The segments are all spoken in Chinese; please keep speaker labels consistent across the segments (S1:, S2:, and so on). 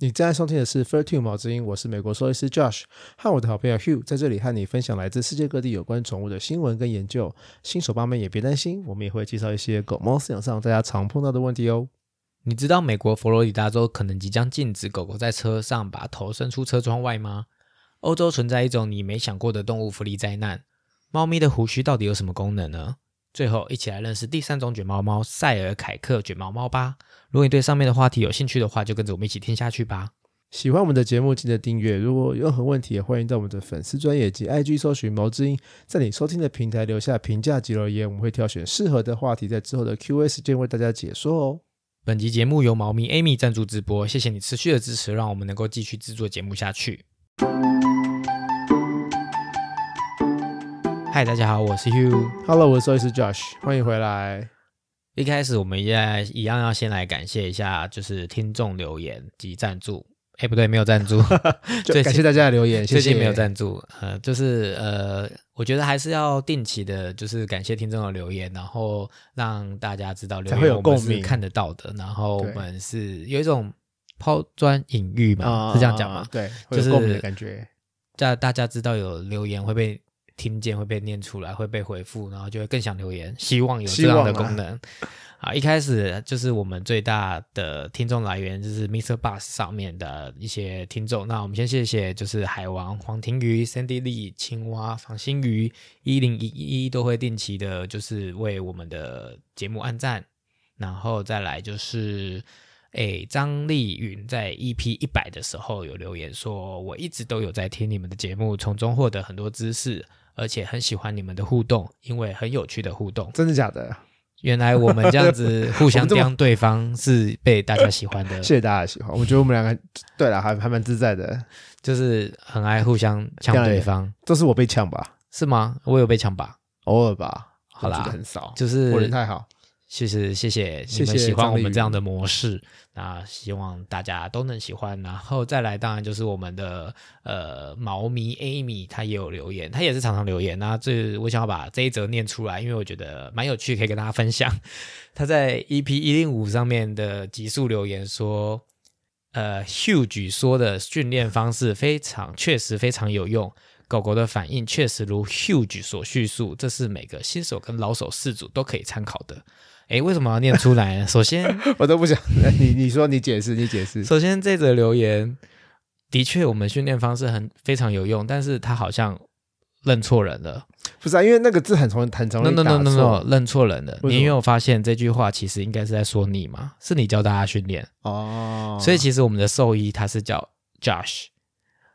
S1: 你正在收听的是《Fur Two 毛之音》，我是美国兽医师 Josh 和我的好朋友 Hugh 在这里和你分享来自世界各地有关宠物的新闻跟研究。新手爸妈也别担心，我们也会介绍一些狗猫饲养上大家常碰到的问题哦。
S2: 你知道美国佛罗里达州可能即将禁止狗狗在车上把头伸出车窗外吗？欧洲存在一种你没想过的动物福利灾难。猫咪的胡须到底有什么功能呢？最后，一起来认识第三种卷毛猫——塞尔凯克卷毛猫吧。如果你对上面的话题有兴趣的话，就跟着我们一起听下去吧。
S1: 喜欢我们的节目，记得订阅。如果有任何问题，也欢迎在我们的粉丝专业及 IG 搜寻“毛之音”，在你收听的平台留下评价及留言，我们会挑选适合的话题，在之后的 Q&A 时间为大家解说哦。
S2: 本集节目由猫咪 Amy 赞助直播，谢谢你持续的支持，让我们能够继续制作节目下去。嗨，大家好，我是 Hugh。
S1: Hello，我是兽医师 Josh，欢迎回来。
S2: 一开始我们也一样要先来感谢一下，就是听众留言及赞助。哎，不对，没有赞助，
S1: 就
S2: 最近
S1: 感谢大家的留言，谢谢
S2: 最近没有赞助。呃，就是呃，我觉得还是要定期的，就是感谢听众的留言，然后让大家知道留
S1: 才会
S2: 言
S1: 有
S2: 我们
S1: 共
S2: 是
S1: 鸣
S2: 看得到的，然后我
S1: 对
S2: 们是有一种抛砖引玉嘛，
S1: 啊，
S2: 是这样讲吗？
S1: 对，
S2: 就
S1: 就是是共鸣的感觉。
S2: 大大家知道有留言会被听见，会被念出来，会被回复，然后就会更想留言，希望有这样的功能。 啊，一开始就是我们最大的听众来源就是 Mr. Bus 上面的一些听众。那我们先谢谢就是海王、黄庭瑜、Sandy Lee、青蛙、房心瑜、一零一一都会定期的，就是为我们的节目按赞。然后再来就是，诶，张丽云在 EP 一百的时候有留言说，我一直都有在听你们的节目，从中获得很多知识，而且很喜欢你们的互动，因为很有趣的互动。
S1: 真的假的？
S2: 原来我们这样 子互相
S1: 我们这么
S2: 刁对方是被大家喜欢 的，
S1: 谢谢大家的喜欢，我觉得我们两个对了，还还蛮自在的。
S2: 就是很爱互相呛
S1: 当然
S2: 对方，
S1: 都是我被呛吧，
S2: 是吗？我有被呛吧？
S1: 偶尔吧，
S2: 好
S1: 我觉得
S2: 啦，
S1: 很少，
S2: 就是
S1: 我人太好。
S2: 谢谢谢谢
S1: 谢
S2: 你们
S1: 谢
S2: 喜欢
S1: 张
S2: 我
S1: 丽
S2: 们
S1: 宇
S2: 这样的模式，那希望大家都能喜欢。然后再来，当然就是我们的呃毛迷 Amy，她也有留言，她也是常常留言。那这我想要把这一则念出来，因为我觉得蛮有趣，可以跟大家分享。 她在 EP 一零五上面的集数留言说。呃，Huge 说的训练方式非常确实非常有用，狗狗的反应确实如 Huge 所叙述，这是每个新手跟老手饲主都可以参考的。诶，为什么要念 出来呢？首先，
S1: 我都不想你，你说你解释，你解释。
S2: 首先这则留言的确，我们训练方式很非常有用，但是他好像认错人了。
S1: 不是啊，因为那个字很从很从
S2: no no
S1: 容易打
S2: no
S1: 错
S2: no no，认错人了。
S1: 为什么
S2: 你有发现这句话其实应该是在说你嘛？是你教大家训练，
S1: 哦，
S2: 所以其实我们的兽医他是叫 Josh。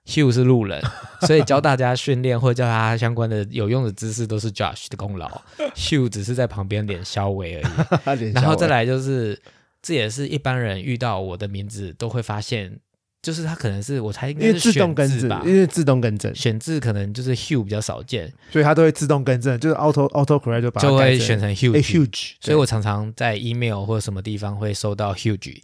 S2: Hugh 是路 人，所以教大家训练或教他相关的有用的知识都是 Josh 的功劳，Hugh 只是在旁边脸削微而已。
S1: 脸
S2: 然
S1: 笑
S2: 后再
S1: 了
S2: 来就是，这也是一般人遇到我的名字都会发现，就是他可能是我猜应
S1: 因
S2: 该
S1: 为
S2: 是
S1: 自动
S2: 选
S1: 更
S2: 字
S1: 正
S2: 吧，，
S1: 因为自动更正，
S2: 选字可能就是 Hugh 比较少见，
S1: 所以它都会自动更正，就是 auto auto correct 就把它
S2: 就
S1: 改
S2: 会
S1: 成
S2: 选成 Hugh，、
S1: 哎 huge，
S2: 所以我常常在 email 或者什么地方会收到 Hugh，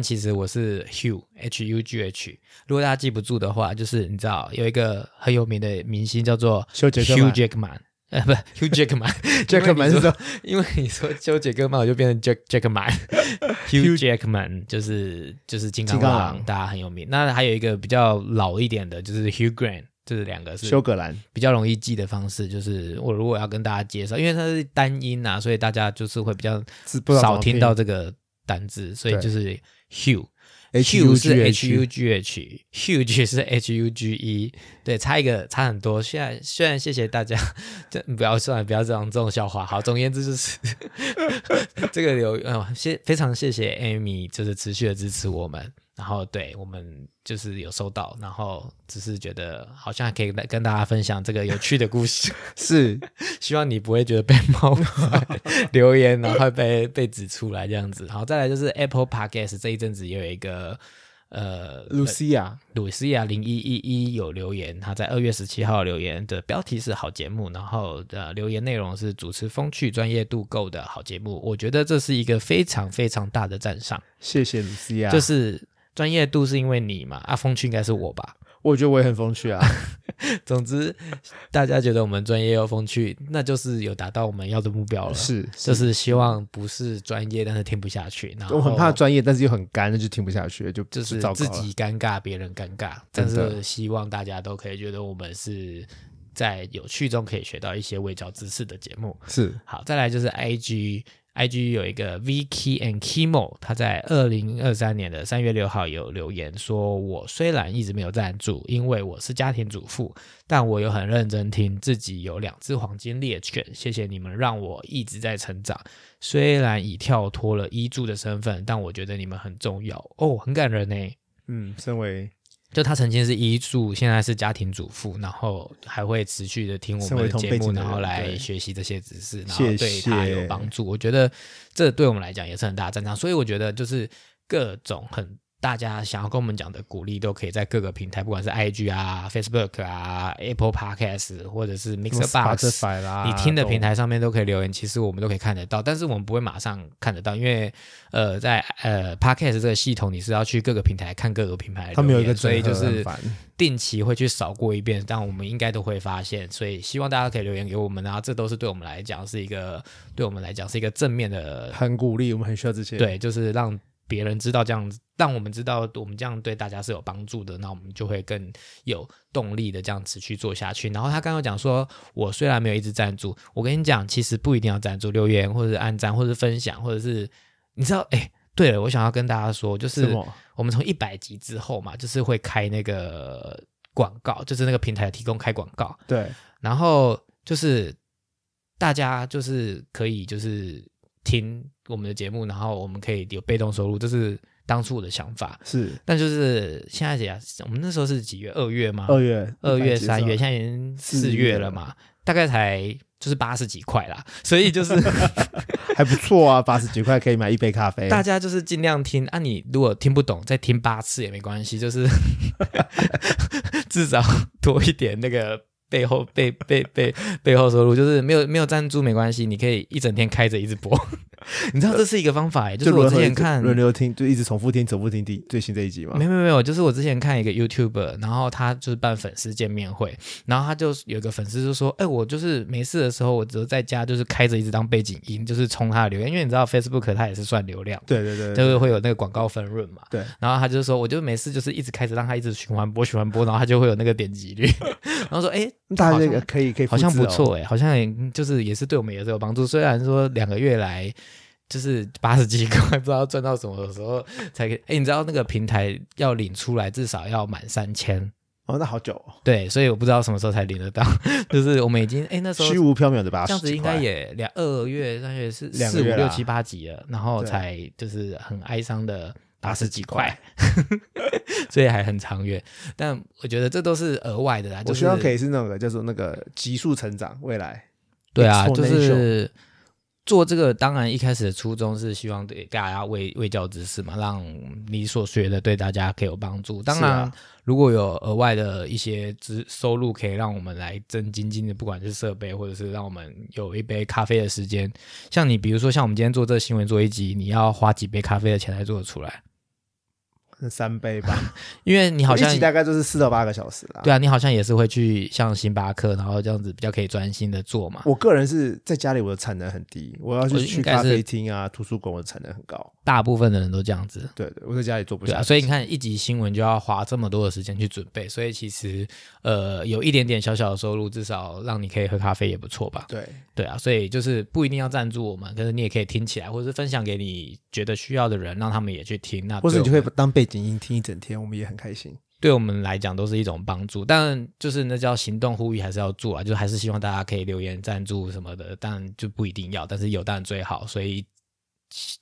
S2: 其实我是 Hugh H U G H。如果大家记不住的话，就是你知道有一个很有名的明星叫做
S1: 修杰克
S2: Hugh
S1: 曼
S2: Jackman。呃，不 ，Hugh Jackman，
S1: 杰克曼是说
S2: 因为你说修杰克曼，我就变成 Jack Jackman，Hugh
S1: Hugh-
S2: Jackman 就是就是金刚
S1: 金刚
S2: 狼，
S1: 狼
S2: 大家很有名。那还有一个比较老一点的，就是 Hugh Grant，就是两个是
S1: 修格兰，
S2: 比较容易记的方式，就是我如果要跟大家介绍，因为它是单音啊，所以大家就是会比较
S1: 是不知道怎
S2: 少
S1: 么
S2: 听到这个单字，所以就是 hue。
S1: H
S2: hue
S1: U
S2: 是
S1: G
S2: H U G H，huge 是 H U G E，对，差一个差很多。虽然虽然谢谢大家， 这不要算了，不要这种这种笑话。好，总而言之就是 这个有呃，谢非常谢谢 Amy，就是持续的支持我们。然后对我们就是有收到，然后只是觉得好像还可以跟跟大家分享这个有趣的故事。
S1: 是
S2: 希望你不会觉得被冒犯留言，然后被被指出来这样子。好，再来就是 Apple Podcast 这一阵子也有一个呃，
S1: Lucia，
S2: 鲁西亚零一一一有留言，他在二月十七号留言的标题是“好节目”，然后呃留言内容是主持风趣、专业度够的好节目。我觉得这是一个非常非常大的赞赏，
S1: 谢谢 Lucia，
S2: 啊就是专业度是因为你嘛，啊，风趣应该是我吧。
S1: 我觉得我也很风趣啊，
S2: 总之，大家觉得我们专业又风趣，那就是有达到我们要的目标了。
S1: 是，
S2: 就是是希望不是专业，但是听不下去。然后
S1: 我很怕专业，但是又很干，那就听不下去了，就
S2: 就是
S1: 糟糕
S2: 自
S1: 了
S2: 己尴尬，别人尴尬。
S1: 真
S2: 但
S1: 的
S2: 是希望大家都可以觉得我们是在有趣中可以学到一些未教知识的节目。
S1: 是
S2: 好，再来就是 IG。IG 有一个 Vicky and Kimo，他在二零二三年的三月六号有留言说：“我虽然一直没有赞助，因为我是家庭主妇，但我有很认真听，自己有两只黄金猎犬，谢谢你们让我一直在成长。虽然已跳脱了医助的身份，但我觉得你们很重要哦，很感人呢。”
S1: 嗯，身为
S2: 就他曾经是医助，现在是家庭主妇，然后还会持续的听我
S1: 身为
S2: 们的
S1: 同
S2: 节
S1: 背
S2: 目，
S1: 景的
S2: 然后
S1: 人
S2: 来
S1: 对
S2: 学习这些知识，然后
S1: 谢
S2: 对他有
S1: 谢
S2: 帮助。我觉得这对我们来讲也是很大的赞赏，所以我觉得就是各种很大家想要跟我们讲的鼓励，都可以在各个平台，不管是 IG 啊、Facebook 啊、Apple Podcast 或者是
S1: 什么
S2: Mixer Box。
S1: Spotify 啦，
S2: 你听的
S1: 都
S2: 平台上面都可以留言，其实我们都可以看得到，但是我们不会马上看得到，因为呃，在呃 Podcast 这个系统，你是要去各个平台看各个平台的留言，
S1: 他们有一个
S2: 所以
S1: 整
S2: 就
S1: 合很
S2: 是
S1: 烦
S2: 定期会去扫过一遍，但我们应该都会发现，所以希望大家可以留言给我们然后这都是对我们来讲是一个对我们来讲是一个正面的，
S1: 很鼓励，我们很需要这些。，
S2: 对，就是让别人知道这样子，让我们知道我们这样对大家是有帮助的，那我们就会更有动力的这样持续做下去。然后他刚刚讲说，我虽然没有一直赞助，我跟你讲，其实不一定要赞助，留言或者是按赞，或者是分享，或者是你知道，哎、对了，我想要跟大家说，就是
S1: 什么？
S2: 我们从一百集之后嘛，就是会开那个广告，就是那个平台提供开广告，
S1: 对，
S2: 然后就是大家就是可以就是听我们的节目，然后我们可以有被动收入，这是当初我的想法。
S1: 是
S2: 但就是现在几啊，我们那时候是几月？二月吗？
S1: 二月、
S2: 啊二月、
S1: 一百集的时候
S2: 三月，现在已经四
S1: 四
S2: 月
S1: 月
S2: 了
S1: 了
S2: 嘛，大概才就是八十几块啦，所以就是
S1: 还不错 啊，八十几块可以买一杯咖啡。
S2: 大家就是尽量听啊，你如果听不懂，再听八次也没关系，就是 至少多一点那个背后背背背背后收入，就是没有没有赞助没关系，你可以一整天开着一直播， 你知道这是一个方法耶，欸就是我
S1: 呃轮
S2: 之
S1: 流
S2: 前看。
S1: 轮流听，就一直重复听、重复听第最新这一集嘛
S2: 没。有没有没有，就是我之前看一个 YouTuber，然后他就是办粉丝见面会，然后他就有一个粉丝就说：“哎、我就是没事的时候，我只是在家就是开着一直当背景音，就是冲他的流量，因为你知道 Facebook 它也是算流量，
S1: 对对对，
S2: 就
S1: 对
S2: 是会有那个广告分润嘛。
S1: 对，
S2: 然后他就说，我就每次就是一直开着让他一直循环播循环播，然后他就会有那个点击 率。然后说，哎、
S1: 大家
S2: 好
S1: 这
S2: 像
S1: 个可以可以
S2: 好像
S1: 复制
S2: 不
S1: 哦，
S2: 错哎、好像也就是也是对我们也是有帮助。虽然说两个月来就是八十几块，不知道赚到什么时候才可以。哎、你知道那个平台要领出来至少要满三千，
S1: 哦，那好久哦，
S2: 对，所以我不知道什么时候才领得到。 就是我们已经哎、那时候
S1: 虚无缥缈的八十，
S2: 这样子应该也两二月、三月是
S1: 两
S2: 四
S1: 个
S2: 五
S1: 月
S2: 六
S1: 啦
S2: 七八集了，然后
S1: 对
S2: 才就是很哀伤的八十
S1: 80
S2: 几
S1: 几
S2: 块， 所以还很长远。但我觉得这都是额外的啦，就
S1: 我
S2: 是
S1: 希望可以是那个叫做那个急速成长，未来
S2: 对啊，
S1: exponential
S2: 就是做这个。当然一开始的初衷是希望对大家为为教知识嘛，让你所学的对大家可以有帮助。当
S1: 是
S2: 然，
S1: 啊
S2: 如果有额外的一些支收入，可以让我们来增精进的，不管是设备，或者是让我们有一杯咖啡的时间。像你，比如说像我们今天做这个新闻做一集，你要花几杯咖啡的钱才做得出来？
S1: 三杯吧，
S2: 因为你好像
S1: 一集大概就是四到八个小时啦。
S2: 对啊，你好像也是会去像星巴克，然后这样子比较可以专心的做嘛。
S1: 我个人是在家里，我的产能很低，我要
S2: 我
S1: 是
S2: 应
S1: 去
S2: 该
S1: 咖
S2: 是
S1: 啡厅啊、图书馆，我的产能很高。
S2: 大部分的人都这样子。
S1: 对对，我在家里做不
S2: 对
S1: 下
S2: 啊，
S1: 去，
S2: 所以你看一集新闻就要花这么多的时间去准备，所以其实呃有一点点小小的收入，至少让你可以喝咖啡也不错吧？
S1: 对
S2: 对啊，所以就是不一定要赞助我们，但是你也可以听起来，或者是分享给你觉得需要的人，让他们也去听。那
S1: 或者
S2: 对
S1: 你就
S2: 我
S1: 会
S2: 们
S1: 当背景音听一整天，我们也很开心。
S2: 对我们来讲都是一种帮助，但就是那叫行动呼吁，还是要做啊，就还是希望大家可以留言赞助什么的，但就不一定要，但是有当然最好，所以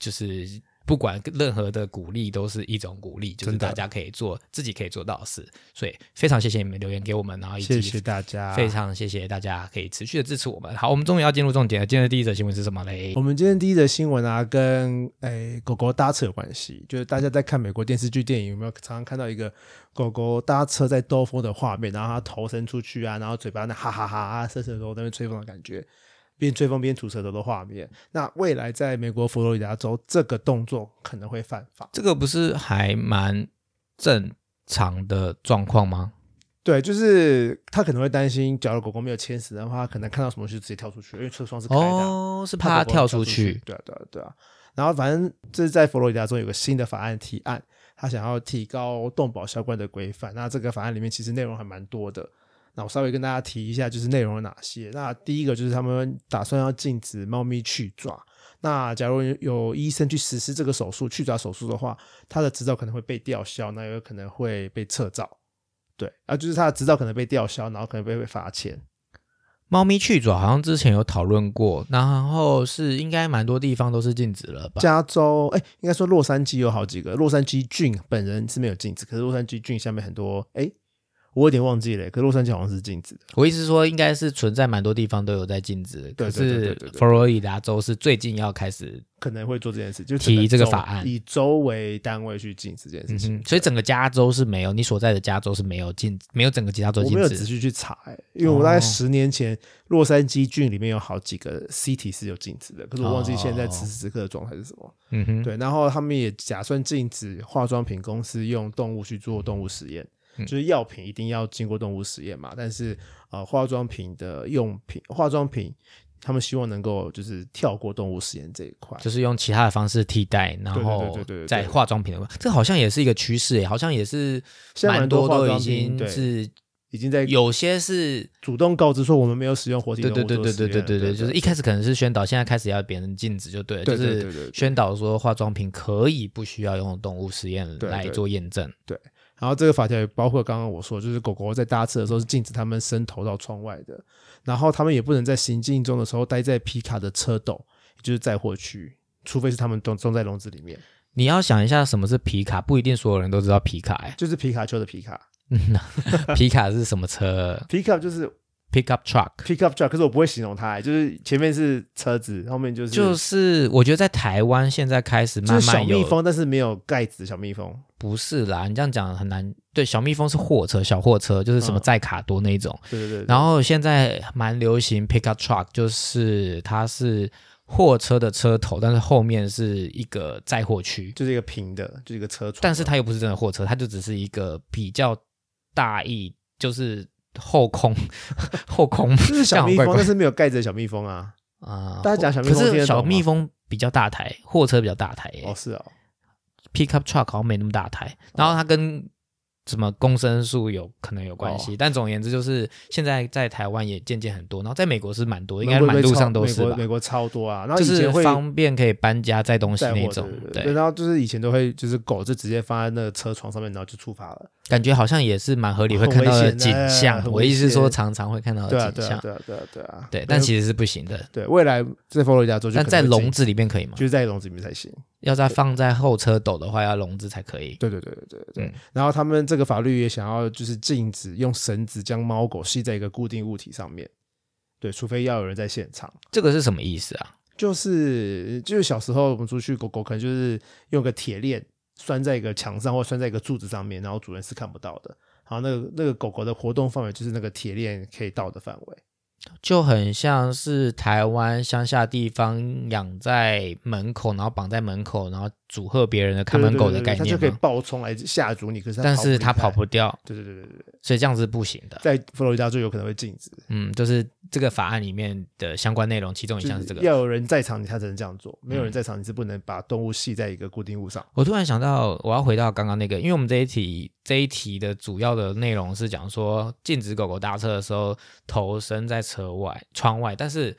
S2: 就是不管任何的鼓励都是一种鼓励，就是
S1: 真的
S2: 大家可以做自己可以做到的事，所以非常谢谢你们留言给我们，然后以及
S1: 谢谢大家，
S2: 非常谢谢大家可以持续的支持我们。好，我们终于要进入重点了，今天的第一则新闻是什么嘞
S1: 我？们今天第一则新闻啊，跟诶、狗狗搭车有关系，就是大家在看美国电视剧、电影有没有常常看到一个狗狗搭车在兜风的画面，然后它头伸出去啊，然后嘴巴那哈哈哈啊，伸舌头在那边吹风的感觉，边吹风边吐舌头的画面。那未来在美国佛罗里达州，这个动作可能会犯法。
S2: 这个不是还蛮正常的状况吗？
S1: 对，就是他可能会担心，假如狗狗没有牵死的话，它可能看到什么就直接跳出去，因为车窗是开的啊，
S2: 哦，是
S1: 怕
S2: 怕它
S1: 狗狗
S2: 跳
S1: 出
S2: 出去。
S1: 对啊，对啊，对啊。然后反正这是在佛罗里达州有个新的法案提案，他想要提高动保相关的规范。那这个法案里面其实内容还蛮多的。那我稍微跟大家提一下，就是内容有哪些。那第一个就是他们打算要禁止猫咪去抓。那假如有医生去实施这个手术去抓手术的话，他的执照可能会被吊销，那也有可能会被撤照。对，啊，就是他的执照可能被吊销，然后可能被被罚钱。
S2: 猫咪去爪好像之前有讨论过，然后是应该蛮多地方都是禁止了吧？
S1: 加州，哎、应该说洛杉矶有好几个，洛杉矶郡本人是没有禁止，可是洛杉矶郡下面很多，哎、我有点忘记了，可是洛杉矶好像是禁止的。
S2: 我意思是说，应该是存在蛮多地方都有在禁止，
S1: 对
S2: 可
S1: 对对对
S2: 是
S1: 对对
S2: 佛罗里达州是最近要开始，
S1: 可能会做这件事，就整个
S2: 提这个
S1: 州
S2: 法案
S1: 以州为单位去禁止这件事
S2: 嗯
S1: 情。
S2: 哼，所以整个加州是没有，你所在的加州是没有禁，没有整个加州
S1: 我
S2: 禁
S1: 没有仔
S2: 止。
S1: 细去查、哎，因为我大概
S2: 哦
S1: 十年前、洛杉矶郡里面有好几个 city 是有禁止的，可是我忘记现在
S2: 哦
S1: 此时此刻的状态是什么。
S2: 嗯哼，
S1: 对，然后他们也打算禁止化妆品公司用动物去做动物实验，
S2: 嗯
S1: 就是药品一定要经过动物实验嘛。但是呃，化妆品的用品，化妆品他们希望能够就是跳过动物实验这一块。
S2: 就是用其他的方式替代，然后
S1: 对对对对对对
S2: 在化妆品的，这好像也是一个趋势耶，好像也是
S1: 现在
S2: 蛮
S1: 蛮多化
S2: 都已
S1: 妆品
S2: 经
S1: 对
S2: 是
S1: 已经在
S2: 有些是。
S1: 主动告知说我们没有使用活体
S2: 对
S1: 动
S2: 对
S1: 物
S2: 对
S1: 做
S2: 对
S1: 实
S2: 对
S1: 验
S2: 对
S1: 了。
S2: 对对，就是一开始可能是宣导，现在开始要别人禁止就对了，
S1: 对
S2: 就
S1: 对对对
S2: 是
S1: 对
S2: 宣导说化妆品可以不需要用动物实验
S1: 对对
S2: 来做验证。
S1: 然后这个法条也包括刚刚我说，就是狗狗在搭车的时候是禁止它们伸头到窗外的，然后它们也不能在行进中的时候待在皮卡的车斗，也就是载货区，除非是它们装装在笼子里面，
S2: 你要想一下什么是皮卡，不一定所有人都知道 皮卡、欸。
S1: 就是皮卡丘的皮卡。
S2: 皮卡是什么车
S1: pickup 就是
S2: ？Pickup truck。
S1: pickup truck，可是我不会形容它、欸就是前面是车子，后面就是
S2: 就是我觉得在台湾现在开始
S1: 就
S2: 慢
S1: 是小
S2: 慢
S1: 蜜
S2: 有，
S1: 蜂，但是没有盖子的小蜜蜂。
S2: 不是啦，你这样讲很难。对，小蜜蜂是货车，小货车就是什么
S1: 嗯
S2: 载卡多那一种。
S1: 对对对对
S2: 然后现在蛮流行 pickup truck，就是它是货车的车头，但是后面是一个载货区，
S1: 就是一个平的，就是一个车窗。
S2: 但是它又不是真的货车，它就只是一个比较大意，就是后空 后空
S1: 就是小蜜
S2: 这样很怪
S1: 蜂，
S2: 怪
S1: 但是没有盖子的小蜜蜂啊。
S2: 啊。
S1: 大家讲小蜜
S2: 可
S1: 蜂听得
S2: 是小
S1: 懂吗
S2: 蜜蜂比较大台，货车比较大台耶、
S1: 哦，是哦，
S2: pickup truck 好像没那么大台，然后它跟什么公升数有可能有
S1: 哦
S2: 关系，但总而言之就是现在在台湾也渐渐很多，然后在美国是蛮多，应该
S1: 美国
S2: 满
S1: 美
S2: 路
S1: 超
S2: 上都是
S1: 美
S2: 吧
S1: 国，美国超多啊。然后
S2: 就
S1: 以
S2: 是
S1: 前会
S2: 方便可以搬家载东西
S1: 载
S2: 那
S1: 货
S2: 种，
S1: 对对，
S2: 对，
S1: 然后就是以前都会就是狗就直接放在那个车窗上面，然后就出发了。
S2: 感觉好像也是蛮合理会
S1: 很
S2: 看到
S1: 危
S2: 的
S1: 险
S2: 景
S1: 哎
S2: 象。
S1: 很
S2: 我
S1: 危
S2: 意思是说
S1: 险
S2: 常常会看到
S1: 对啊，
S2: 的
S1: 对
S2: 景
S1: 啊，
S2: 象，
S1: 对啊，对啊，对啊。
S2: 对，但其实是不行的。
S1: 对未来在佛罗里达州就
S2: 但
S1: 可能
S2: 在
S1: 会
S2: 笼
S1: 禁，
S2: 子里面可以吗
S1: 就？是在笼子里面才行。
S2: 要在放在后车斗的话，要笼子才可以。
S1: 对对对对对对。
S2: 嗯
S1: 然后他们这个法律也想要就是禁止用绳子将猫狗系在一个固定物体上面，对，除非要有人在现场。
S2: 这个是什么意思啊？
S1: 就是就是小时候我们出去，狗狗可能就是用个铁链拴在一个墙上或拴在一个柱子上面，然后主人是看不到的。然后那个那个狗狗的活动范围就是那个铁链可以到的范围。
S2: 就很像是台湾乡下地方养在门口，然后绑在门口，然后阻吓别人的看门狗的概
S1: 它就
S2: 念
S1: 可以
S2: 嘛。
S1: 暴冲来吓阻你，可是
S2: 但是它跑
S1: 不
S2: 不掉，
S1: 离开。对对对对对，
S2: 所以这样是不行的。
S1: 在佛罗里达州有可能会禁止，
S2: 嗯，就是这个法案里面的相关内容，其中一项是这
S1: 就
S2: 个。嗯
S1: 要有人在场你才能这样做，没有人在场你是不能把动物系在一个固定物上。
S2: 我突然想到，我要回到刚刚那个，因为我们这一题这一题的主要的内容是讲说禁止狗狗搭车的时候头伸在车外窗外，但是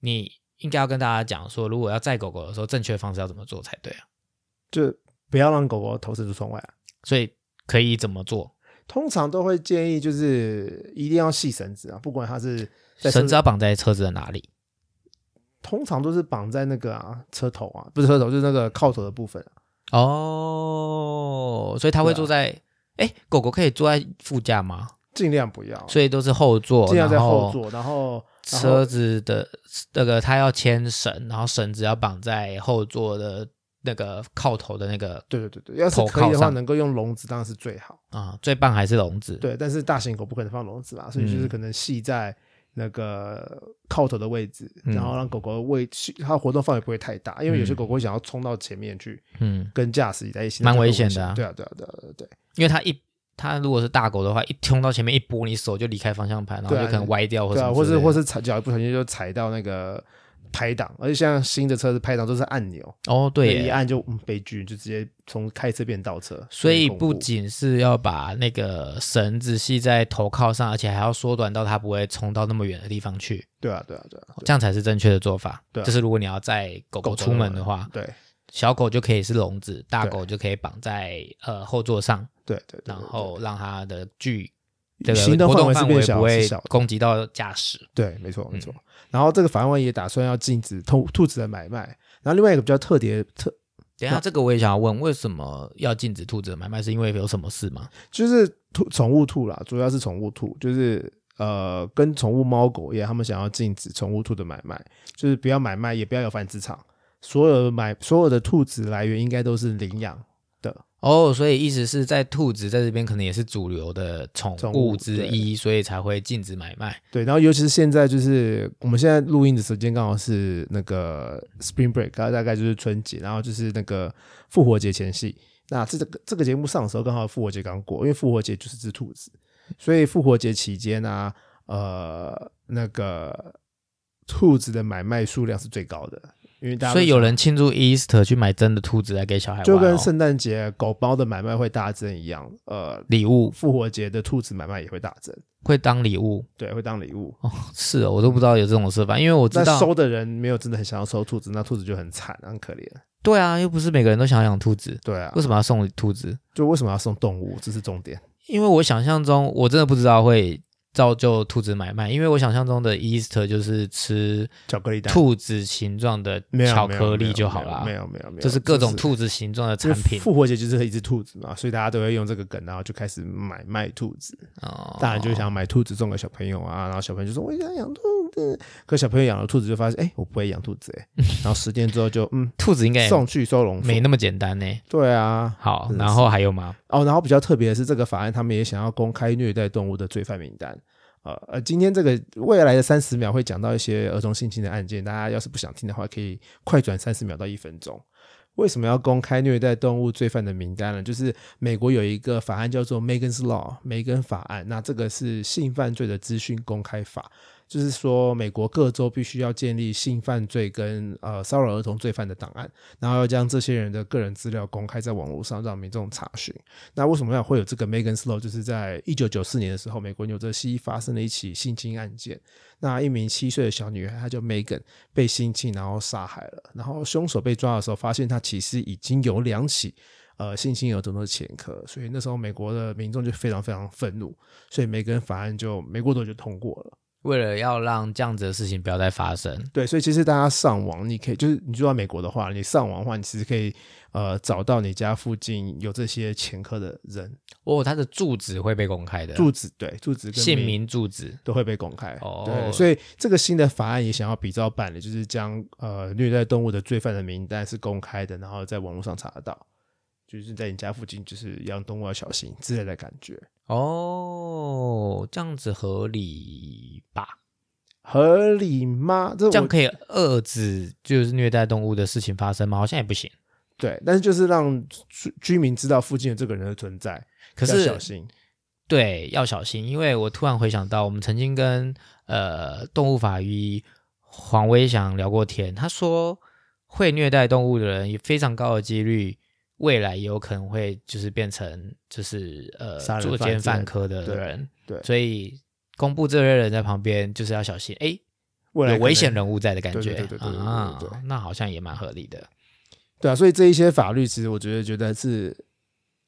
S2: 你应该要跟大家讲说，如果要载狗狗的时候，正确的方式要怎么做才对啊？
S1: 就不要让狗狗投射出窗外、啊。
S2: 所以可以怎么做？
S1: 通常都会建议就是一定要系绳子啊，不管它是在车
S2: 绳子要绑在车子的哪里？
S1: 通常都是绑在那个啊车头啊，不是车头，就是那个靠头的部分、啊。
S2: 哦，所以它会
S1: 对啊
S2: 坐在哎、狗狗可以坐在副驾吗？
S1: 尽量不要，
S2: 所以都是后座，
S1: 尽量在
S2: 然
S1: 后座，然后然后
S2: 车子的那个它要牵绳，然后绳子要绑在后座的那个靠头的那个
S1: 对对对对，要是
S2: 头
S1: 可以
S2: 靠
S1: 的话，
S2: 上
S1: 能够用笼子当然是最好。
S2: 啊、最棒还是笼子。，
S1: 对，但是大型狗不可能放笼子啦，所以就是
S2: 嗯
S1: 可能系在那个靠头的位置，
S2: 嗯
S1: 然后让狗狗位它的活动范围不会太大，因为有些
S2: 嗯
S1: 狗狗会想要冲到前面去
S2: 嗯，
S1: 跟驾驶在一起，
S2: 蛮
S1: 那就很
S2: 危
S1: 危
S2: 险的啊
S1: 对啊，对啊，对啊，对啊对啊。
S2: 因为它一它如果是大狗的话，一冲到前面一拨，你手就离开方向盘，然后
S1: 对啊
S2: 就可能歪掉或
S1: 对
S2: 者、
S1: 啊，或是或是踩脚一不小心就踩到那个拍档，而且像新的车子拍档都是按钮，
S2: 哦，对
S1: 那一
S2: 耶，
S1: 按就、嗯、悲剧，就直接从开车变倒车，
S2: 所以
S1: 有点恐
S2: 不
S1: 怖
S2: 仅是要把那个绳子系在头靠上，而且还要缩短到它不会冲到那么远的地方去，
S1: 对啊对啊对啊，
S2: 这样才是正确的做法。
S1: 对啊
S2: 就是如果你要载狗狗出门的话，
S1: 对
S2: 小狗就可以是笼子，大
S1: 对
S2: 狗就可以绑在呃后座上，
S1: 对对，对
S2: 然
S1: 对
S2: 后让它的距这个
S1: 行动
S2: 活
S1: 范围
S2: 动
S1: 是
S2: 范
S1: 变
S2: 围
S1: 小
S2: 不会
S1: 是小的
S2: 攻击到驾驶。
S1: 对，没
S2: 嗯
S1: 错没错。然后这个法案也打算要禁止兔兔子的买卖，然后另外一个比较特别特
S2: 等一下，这个我也想要问，为什么要禁止兔子的买卖？是因为有什么事吗？
S1: 就是兔宠物兔啦，主要是宠物兔，就是呃跟宠物猫狗一样，他们想要禁止宠物兔的买卖，就是不要买卖，也不要有繁殖场，所有的买所有的兔子来源应该都是领养的，
S2: 哦，所以意思是在兔子在这边可能也是主流的宠
S1: 宠物
S2: 物之一，所以才会禁止买卖。
S1: 对。然后尤其是现在，就是我们现在录音的时间刚好是那个 Spring Break，大大概就是春节，然后就是那个复活节前夕。那这个这个节目上的时候，刚好复活节刚过，因为复活节就是只兔子，所以复活节期间呢、呃，那个兔子的买卖数量是最高的，因为大家都
S2: 所以有人庆祝 Easter 去买真的兔子来给小孩玩、哦，
S1: 就跟圣诞节狗包的买卖会大增一样，呃，
S2: 礼物
S1: 复活节的兔子买卖也会大增，
S2: 会当礼物
S1: 对，会当礼物。
S2: 哦。是哦，我都不知道有这种说法，因为我知
S1: 那
S2: 道，
S1: 收的人没有真的很想要收兔子，那兔子就很惨，很可怜。
S2: 对啊，又不是每个人都想养兔子，
S1: 对啊
S2: 为，什么要送兔子？
S1: 就为什么要送动物？这是重点。
S2: 因为我想象中，我真的不知道会造就兔子买卖，因为我想象中的 Easter 就是吃
S1: 巧克力蛋
S2: 兔子形状的
S1: 没有
S2: 巧
S1: 没有
S2: 克
S1: 没
S2: 力
S1: 有
S2: 就好
S1: 没有
S2: 啦
S1: 没，有没有没有，
S2: 就是各种
S1: 就
S2: 兔子形状的
S1: 因
S2: 产
S1: 为
S2: 品。
S1: 复活节就是一只兔子嘛，所以大家都会用这个梗，然后就开始买卖兔子。
S2: 哦
S1: 大人就想买兔子送给小朋友啊，然后小朋友就说我想养兔子，可小朋友养了兔子就发现，哎、我不会养兔子、哎， 然后十天之后就嗯，
S2: 兔子应该也
S1: 送去收容所
S2: 没。那么简单呢。
S1: 对啊，
S2: 好，
S1: 是
S2: 然后还有吗？
S1: 哦，然后比较特别的是，这个法案他们也想要公开虐待动物的罪犯名单。呃呃，今天这个未来的三十秒会讲到一些儿童性侵的案件，大家要是不想听的话，可以快转三十秒到一分钟。为什么要公开虐待动物罪犯的名单呢？就是美国有一个法案叫做 Megan's Law 梅根法案，那这个是性犯罪的资讯公开法，就是说美国各州必须要建立性犯罪跟呃骚扰儿童罪犯的档案，然后要将这些人的个人资料公开在网络上让民众查询。那为什么要会有这个 Megan Slow？就是在一九九四年的时候，美国纽泽西发生了一起性侵案件。那一名七岁的小女孩，她叫 Megan，被性侵然后杀害了。然后凶手被抓的时候，发现他其实已经有两起呃性侵儿童的前科，所以那时候美国的民众就非常非常愤怒，所以梅根法案就没过多久就通过了。
S2: 为了要让这样子的事情不要再发生，
S1: 对，所以其实大家上网，你可以就是你住在美国的话，你上网的话，你其实可以呃找到你家附近有这些前科的人，
S2: 哦，它的住址会被公开的，
S1: 住址对住址跟
S2: 姓名、住址。
S1: 都会被公开。
S2: 哦
S1: 对，所以这个新的法案也想要比照办理，就是将呃虐待动物的罪犯的名单是公开的，然后在网络上查得到，就是在你家附近，就是养动物要小心之类的感觉，
S2: 哦，这样子合理吧？
S1: 合理吗？这
S2: 这样
S1: 我
S2: 可以遏制就是虐待动物的事情发生吗？好像也不行。
S1: 对，但是就是让居居民知道附近有这个人的存在，
S2: 可
S1: 要
S2: 是
S1: 小心。
S2: 对，要小心，因为我突然回想到，我们曾经跟呃动物法医黄威翔聊过天，他说会虐待动物的人，也非常高的几率，未来也有可能会就是变成就是呃
S1: 杀人
S2: 作
S1: 犯之类
S2: 奸犯
S1: 的
S2: 科的
S1: 对
S2: 人，
S1: 对
S2: 所以公布这类人在旁边就是要小心，哎，
S1: 未来
S2: 有
S1: 可
S2: 危险
S1: 能
S2: 人物在的感
S1: 对
S2: 觉
S1: 对对对对对对
S2: 啊
S1: 对对，
S2: 那好像也蛮合理的。
S1: 对啊，所以这一些法律其实我觉得觉得是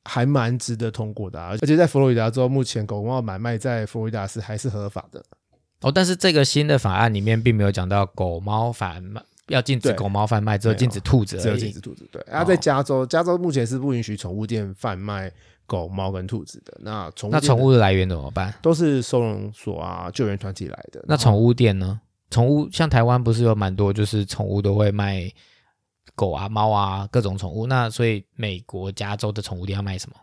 S1: 还蛮值得通过的、啊，而且在佛罗里达州，目前狗猫买卖在佛罗里达是还是合法的。
S2: 哦，但是这个新的法案里面并没有讲到狗猫贩卖，要禁止
S1: 对
S2: 狗猫贩卖，只有
S1: 没有
S2: 禁止兔子而已，
S1: 只有禁止兔子。对，
S2: 哦
S1: 啊，在加州，加州目前是不允许宠物店贩卖狗、猫跟兔子的。那宠物
S2: 那
S1: 店的
S2: 宠物的来源怎么办？
S1: 都是收容所啊、救援团体来的。
S2: 那宠物店
S1: 哦
S2: 呢？宠物像台湾不是有蛮多，就是宠物都会卖狗啊、猫啊各种宠物。那所以美国加州的宠物店要卖什么？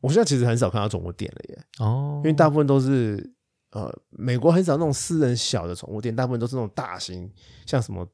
S1: 我现在其实很少看到宠物店了耶，
S2: 哦
S1: 因为大部分都是呃，美国很少那种私人小的宠物店，大部分都是那种大型，像什么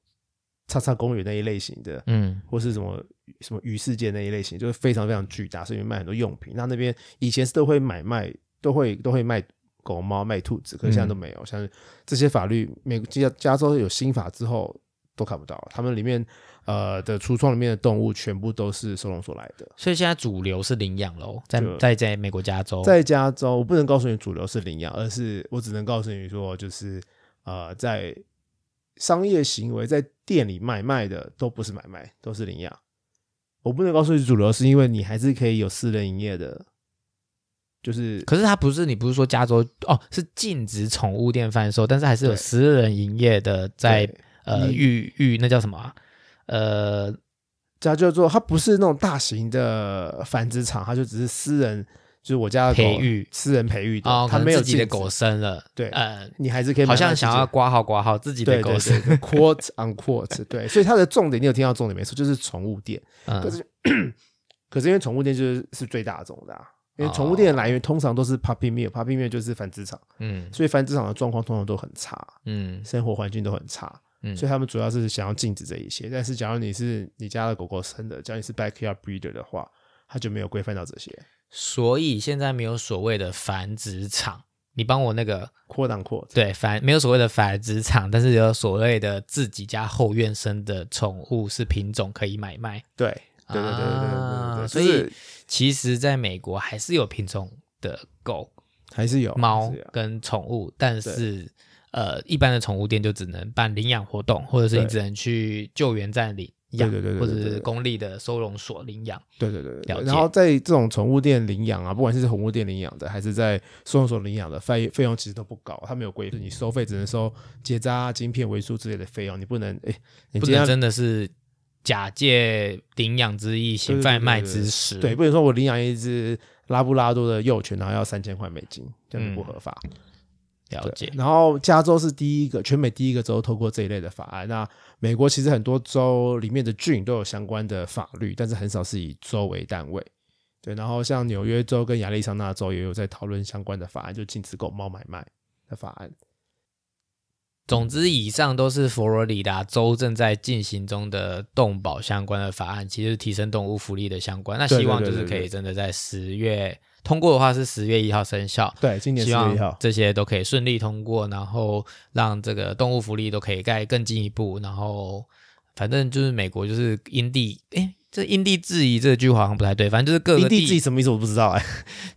S1: 叉叉公园那一类型的，
S2: 嗯
S1: 或是什么什么鱼世界那一类型，就是非常非常巨大，所以卖很多用品。那那边以前是都会买卖，都会都会卖狗猫、卖兔子，可是现在都没有。像是这些法律，美加加州有新法之后都看不到了，他们里面呃的橱窗里面的动物全部都是收容所来的。
S2: 所以现在主流是领养喽，在
S1: 对
S2: 在在美国加州，
S1: 在加州，我不能告诉你主流是领养，而是我只能告诉你说，就是呃，在商业行为在店里买卖的都不是买卖，都是领养。我不能告诉你主流，是因为你还是可以有私人营业的，就是
S2: 可是它不是你不是说加州哦，是禁止宠物店贩售，但是还是有
S1: 对
S2: 私人营业的在
S1: 对
S2: 呃
S1: 你
S2: 育育那叫什么啊、呃，
S1: 家叫做它不是那种大型的繁殖场，它就只是私人，就是我家的狗
S2: 培育
S1: 私人培育的，
S2: 哦，
S1: 它
S2: 可能
S1: 没有
S2: 自己的
S1: 禁止
S2: 狗，生了，
S1: 对
S2: 呃，
S1: 你还是可以买
S2: 好像
S1: 卖
S2: 想
S1: 自己
S2: 要
S1: 的
S2: 挂号挂号自己的
S1: 对对
S2: 狗生
S1: 对，对 quote on quote，对，所以它的重点你有听到重点没错，就是宠物店。可
S2: 嗯
S1: 是，可是因为宠物店就是是最大宗的、啊，
S2: 哦
S1: 因为宠物店的来源通常都是 puppy mill，puppy mill 就是繁殖场，
S2: 嗯
S1: 所以繁殖场的状况通常都很差，
S2: 嗯
S1: 生活环境都很差，
S2: 嗯
S1: 所以他们主要是想要禁止这一些。但是，假如你是你家的狗狗生的，假如你是 backyard breeder 的话，它就没有规范到这些。
S2: 所以现在没有所谓的繁殖场，你帮我那个
S1: quote on quote，
S2: 对繁没有所谓的繁殖场，但是有所谓的自己家后院生的宠物是品种可以买卖。
S1: 对对对对对对对
S2: 啊
S1: 对，
S2: 所
S1: 就是
S2: 以其实在美国还是有品种的狗、
S1: 还是有
S2: 猫
S1: 还是有
S2: 跟宠物，但是呃，一般的宠物店就只能办领养活动，或者是你
S1: 对
S2: 只能去救援站领养，
S1: 对对对对
S2: 或者
S1: 对
S2: 是
S1: 对
S2: 公立的收容所领养。
S1: 对对对对
S2: 了
S1: 对，
S2: 解
S1: 然后在这种宠物店领养啊，不管是宠物店领养的，还是在收容所领养的，费费用其实都不高，它没有规定，你收费只能收结扎、啊晶片、维数之类的费用，你不能哎，你
S2: 不
S1: 今天
S2: 能真的是假借领养之意行
S1: 对对对
S2: 贩卖
S1: 对对
S2: 之实。
S1: 对，不能说我领养一只拉布拉多的幼犬，然后要三千块美金，这样
S2: 嗯
S1: 就不合法。
S2: 了
S1: 对
S2: 解。
S1: 然后加州是第一个，全美第一个州透过这一类的法案。那美国其实很多州里面的郡都有相关的法律，但是很少是以州为单位。对，然后像纽约州跟亚利桑那州也有在讨论相关的法案，就禁止狗猫买卖的法案。
S2: 总之，以上都是佛罗里达州正在进行中的动保相关的法案，其实是提升动物福利的相关。那
S1: 对对
S2: 希望就是
S1: 对对
S2: 可以
S1: 对
S2: 真的在十月通过的话，是十月一号生效。
S1: 对，今年四
S2: 希
S1: 月一
S2: 望
S1: 号，
S2: 这些都可以顺利通过，然后让这个动物福利都可以盖更进一步。然后，反正就是美国就是因地，诶，这因地制宜这句话好像不太对，反正就是各
S1: 因
S2: 个
S1: 地
S2: 地
S1: 制宜什么意思我不知道哎、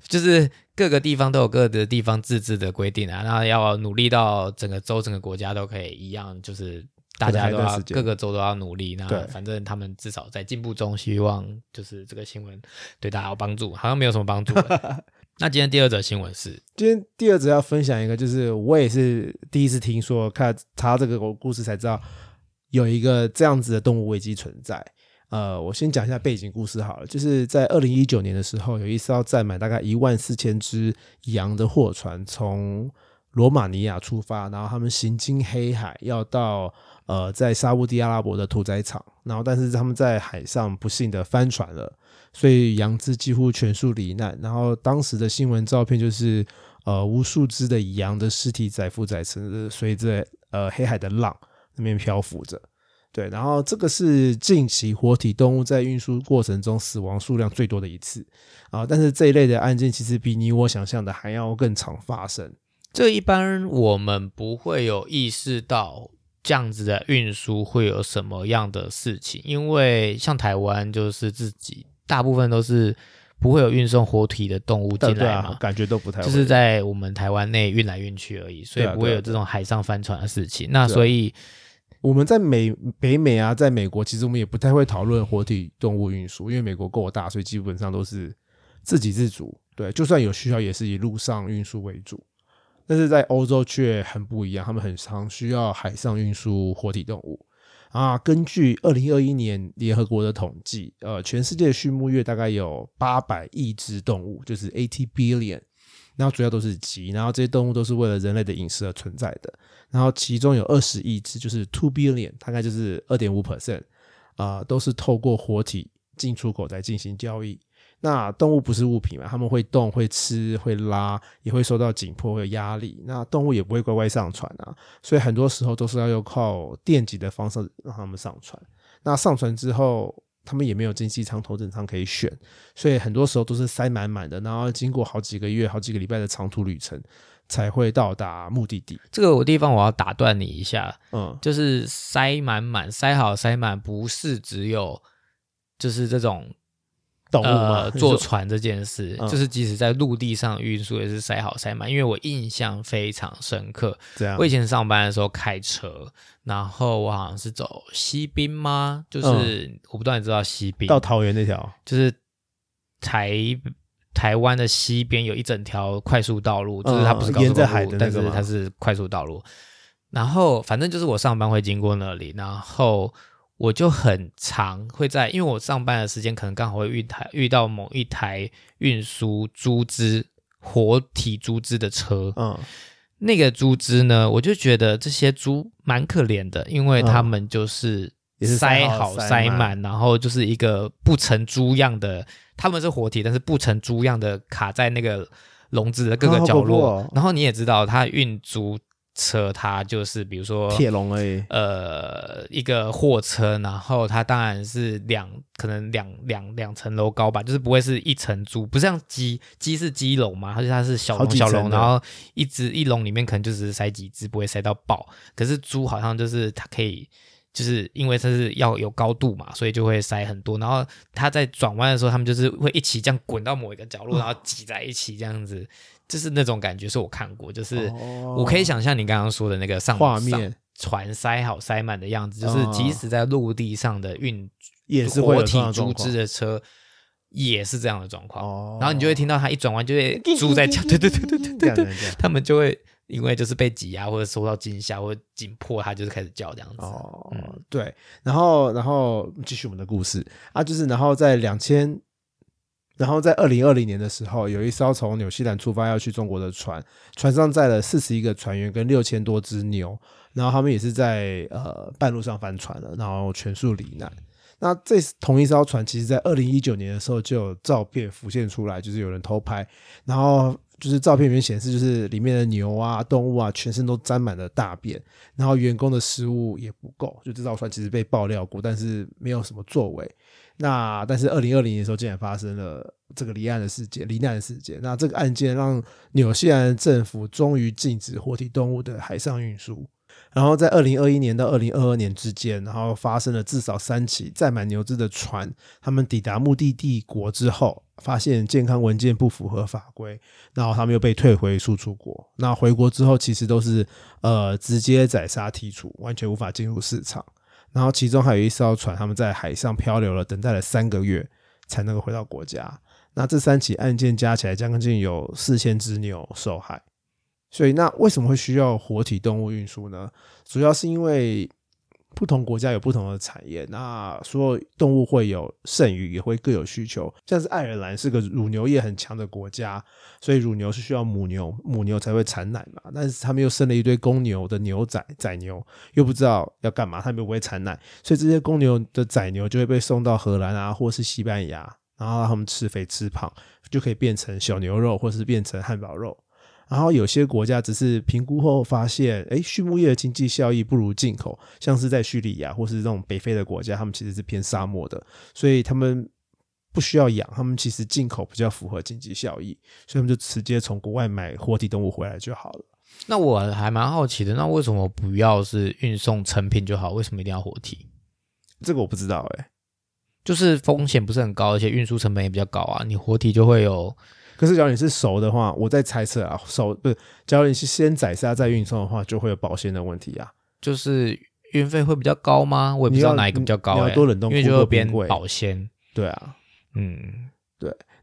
S2: 就是各个地方都有各个地方自治的规定啊，那要努力到整个州、整个国家都可以一样，就是大家
S1: 可能还有一
S2: 都
S1: 段
S2: 要
S1: 时间
S2: 各个州都要努力。那
S1: 对
S2: 反正他们至少在进步中，希望就是这个新闻对大家有帮助，好像没有什么帮助 了。那今天第二则新闻是，
S1: 今天第二则要分享一个，就是我也是第一次听说，看他这个故事才知道有一个这样子的动物危机存在。呃，我先讲一下背景故事好了，就是在二零一九年的时候，有一艘载满大概一万四千只羊的货船从罗马尼亚出发，然后他们行经黑海，要到呃在沙乌地阿拉伯的屠宰场，然后但是他们在海上不幸的翻船了，所以羊只几乎全数罹难。然后当时的新闻照片就是，呃，无数只的羊的尸体载浮载沉，呃随着呃黑海的浪那边漂浮着。对，然后这个是近期活体动物在运输过程中死亡数量最多的一次啊、但是这一类的案件其实比你我想象的还要更常发生。
S2: 这一般我们不会有意识到这样子的运输会有什么样的事情，因为像台湾就是自己大部分都是不会有运送活体的动物
S1: 但
S2: 进
S1: 对
S2: 来
S1: 啊
S2: 嘛，，
S1: 感觉都不太
S2: 就是
S1: 会
S2: 在我们台湾内运来运去而已，所以
S1: 对啊
S2: 不会
S1: 对啊
S2: 有这种海上帆船的事情。
S1: 啊
S2: 那所以
S1: 我们在美北美啊，在美国，其实我们也不太会讨论活体动物运输，因为美国够大，所以基本上都是自给自足。对，就算有需要，也是以陆上运输为主。但是在欧洲却很不一样，他们很常需要海上运输活体动物。啊，根据二零二一年联合国的统计，呃，全世界的畜牧业大概有八百亿只动物，就是 eighty billion，然后主要都是鸡，然后这些动物都是为了人类的饮食而存在的。然后其中有二十亿只，就是 two billion，大概就是二点五 percent，啊，都是透过活体进出口来进行交易。那动物不是物品嘛，它们会动、会吃、会拉，也会受到紧迫、会有压力。那动物也不会乖乖上船啊，所以很多时候都是要用靠电击的方式让它们上船。那上船之后，他们也没有经济舱、头等舱可以选，所以很多时候都是塞满满的，然后经过好几个月、好几个礼拜的长途旅程才会到达目的地。
S2: 这个我地方我要打断你一下，
S1: 嗯，
S2: 就是塞满满、塞好、塞满，不是只有就是这种
S1: 动物嘛，
S2: 呃
S1: 你
S2: 坐
S1: 说
S2: 船这件事，
S1: 嗯
S2: 就是即使在陆地上运输也是塞好塞满。因为我印象非常深刻，
S1: 这样
S2: 我以前上班的时候开车，然后我好像是走西滨吗？就是、我不知道你知道西滨，
S1: 嗯到桃园那条，
S2: 就是台台湾的西边有一整条快速道路，
S1: 嗯
S2: 就是它不是高速
S1: 沿着
S2: 公
S1: 海
S2: 路
S1: 的，那
S2: 但
S1: 个
S2: 是
S1: 吗
S2: 它是快速道路。然后反正就是我上班会经过那里，然后我就很常会在，因为我上班的时间可能刚好会遇台遇到某一台运输猪只活体猪只的车，
S1: 嗯，
S2: 那个猪只呢，我就觉得这些猪蛮可怜的，因为他们就是
S1: 嗯也是塞
S2: 塞
S1: 好
S2: 好
S1: 塞
S2: 塞
S1: 满
S2: 满，然后就是一个不成猪样的，他们是活体，但是不成猪样的卡在那个笼子的各
S1: 啊
S2: 个
S1: 好
S2: 角
S1: 恐怖
S2: 落。
S1: 哦
S2: 然后你也知道，它运猪车，它就是比如说
S1: 嗯铁笼而已，
S2: 呃一个货车，然后它当然是两可能两两两层楼高吧，就是不会是一层猪，不是像鸡，鸡是鸡笼嘛，它就它是小
S1: 好
S2: 笼
S1: 几
S2: 小
S1: 层
S2: 笼，
S1: 的
S2: 然后一只一笼里面可能就只是塞几只，不会塞到爆。可是猪好像就是它可以。就是因为它是要有高度嘛，所以就会塞很多。然后它在转弯的时候，它们就是会一起这样滚到某一个角
S1: 嗯
S2: 落，然后挤在一起这样子，就是那种感觉是我看过，就是
S1: 哦
S2: 我可以想象你刚刚说的那个上
S1: 画
S2: 上
S1: 面
S2: 船塞好塞满的样子，就
S1: 哦
S2: 是即使在陆地上的运
S1: 也是会
S2: 活
S1: 有这
S2: 体
S1: 样的
S2: 猪
S1: 状
S2: 只
S1: 况
S2: 的车，也是这样的状况。
S1: 哦，
S2: 然后你就会听到它一转弯就会猪在叫，对对对对对对
S1: 这
S2: 对，
S1: 样这样
S2: 他们就会因为就是被挤压或者受到惊吓或者紧迫，它就是开始叫这样子。
S1: 哦，
S2: 嗯
S1: 对，然后然后继续我们的故事啊，就是然后在两千，然后在二零二零年的时候，有一艘从纽西兰出发要去中国的船，船上载了四十一个船员跟六千多只牛，然后他们也是在呃半路上翻船了，然后全数罹难。
S2: 嗯
S1: 那这同一艘船，其实在二零一九年的时候就有照片浮现出来，就是有人偷拍，然后就是照片里面显示，就是里面的牛啊、动物啊，全身都沾满了大便，然后员工的失误也不够，就这艘船其实被爆料过，但是没有什么作为。那但是二零二零年的时候，竟然发生了这个离岸的事件、罹难的事件。那这个案件让纽西兰政府终于禁止活体动物的海上运输。然后在二零二一年到二零二二年之间，然后发生了至少三起载满牛只的船，他们抵达目的地国之后，发现健康文件不符合法规，然后他们又被退回输出国。那回国之后，其实都是呃直接宰杀剔除，完全无法进入市场。然后其中还有一艘船，他们在海上漂流了，等待了三个月才能够回到国家。那这三起案件加起来，将近有四千只牛受害。所以，那为什么会需要活体动物运输呢？主要是因为不同国家有不同的产业，那所有动物会有剩余，也会各有需求。像是爱尔兰是个乳牛业很强的国家，所以乳牛是需要母牛，母牛才会产奶嘛。但是他们又生了一堆公牛的牛仔仔牛，又不知道要干嘛，他们又不会产奶，所以这些公牛的仔牛就会被送到荷兰啊，或是西班牙，然后让他们吃肥吃胖，就可以变成小牛肉，或是变成汉堡肉。然后有些国家只是评估后发现，哎，畜牧业的经济效益不如进口，像是在叙利亚或是这种北非的国家，他们其实是偏沙漠的，所以他们不需要养，他们其实进口比较符合经济效益，所以他们就直接从国外买活体动物回来就好了。
S2: 那我还蛮好奇的，那为什么不要是运送成品就好？为什么一定要活体？
S1: 这个我不知道哎、
S2: 就是风险不是很高，而且运输成本也比较高啊。你活体就会有
S1: 可是假如你是熟的话，我在猜测啊，熟不是，假如你是先宰杀再运送的话，就会有保鲜的问题啊。
S2: 就是运费会比较高吗？我也不知道
S1: 你要
S2: 哪一个比较高、
S1: 你
S2: 欸，
S1: 要多冷冻
S2: 因为
S1: 库
S2: 就
S1: 或
S2: 会
S1: 冰
S2: 变
S1: 柜
S2: 保鲜。
S1: 对啊，
S2: 嗯，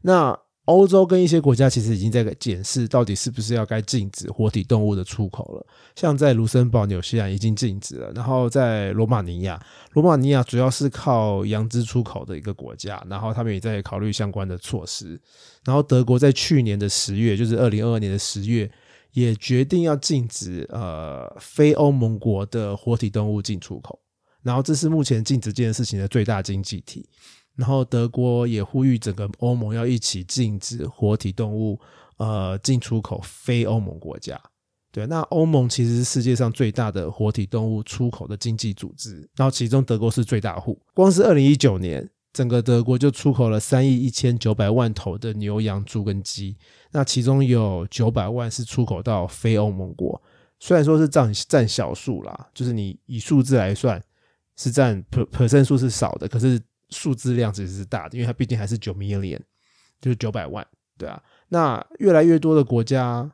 S1: 那欧洲跟一些国家其实已经在检视到底是不是要该禁止活体动物的出口了。像在卢森堡、纽西兰已经禁止了，然后在罗马尼亚，罗马尼亚主要是靠羊脂出口的一个国家，然后他们也在考虑相关的措施。然后德国在去年的十月，就是二零二二年的十月，也决定要禁止呃非欧盟国的活体动物进出口。然后这是目前禁止这件事情的最大经济体。然后德国也呼吁整个欧盟要一起禁止活体动物呃进出口非欧盟国家。对，那欧盟其实是世界上最大的活体动物出口的经济组织，然后其中德国是最大户。光是二零一九年，整个德国就出口了三亿一千九百万头的牛、羊、猪跟鸡，那其中有九百万是出口到非欧盟国。虽然说是占占小数啦，就是你以数字来算是占 per percent 数是少的，可是数字量其实是大的，因为它毕竟还是九 million，就是九百万，对啊。那越来越多的国家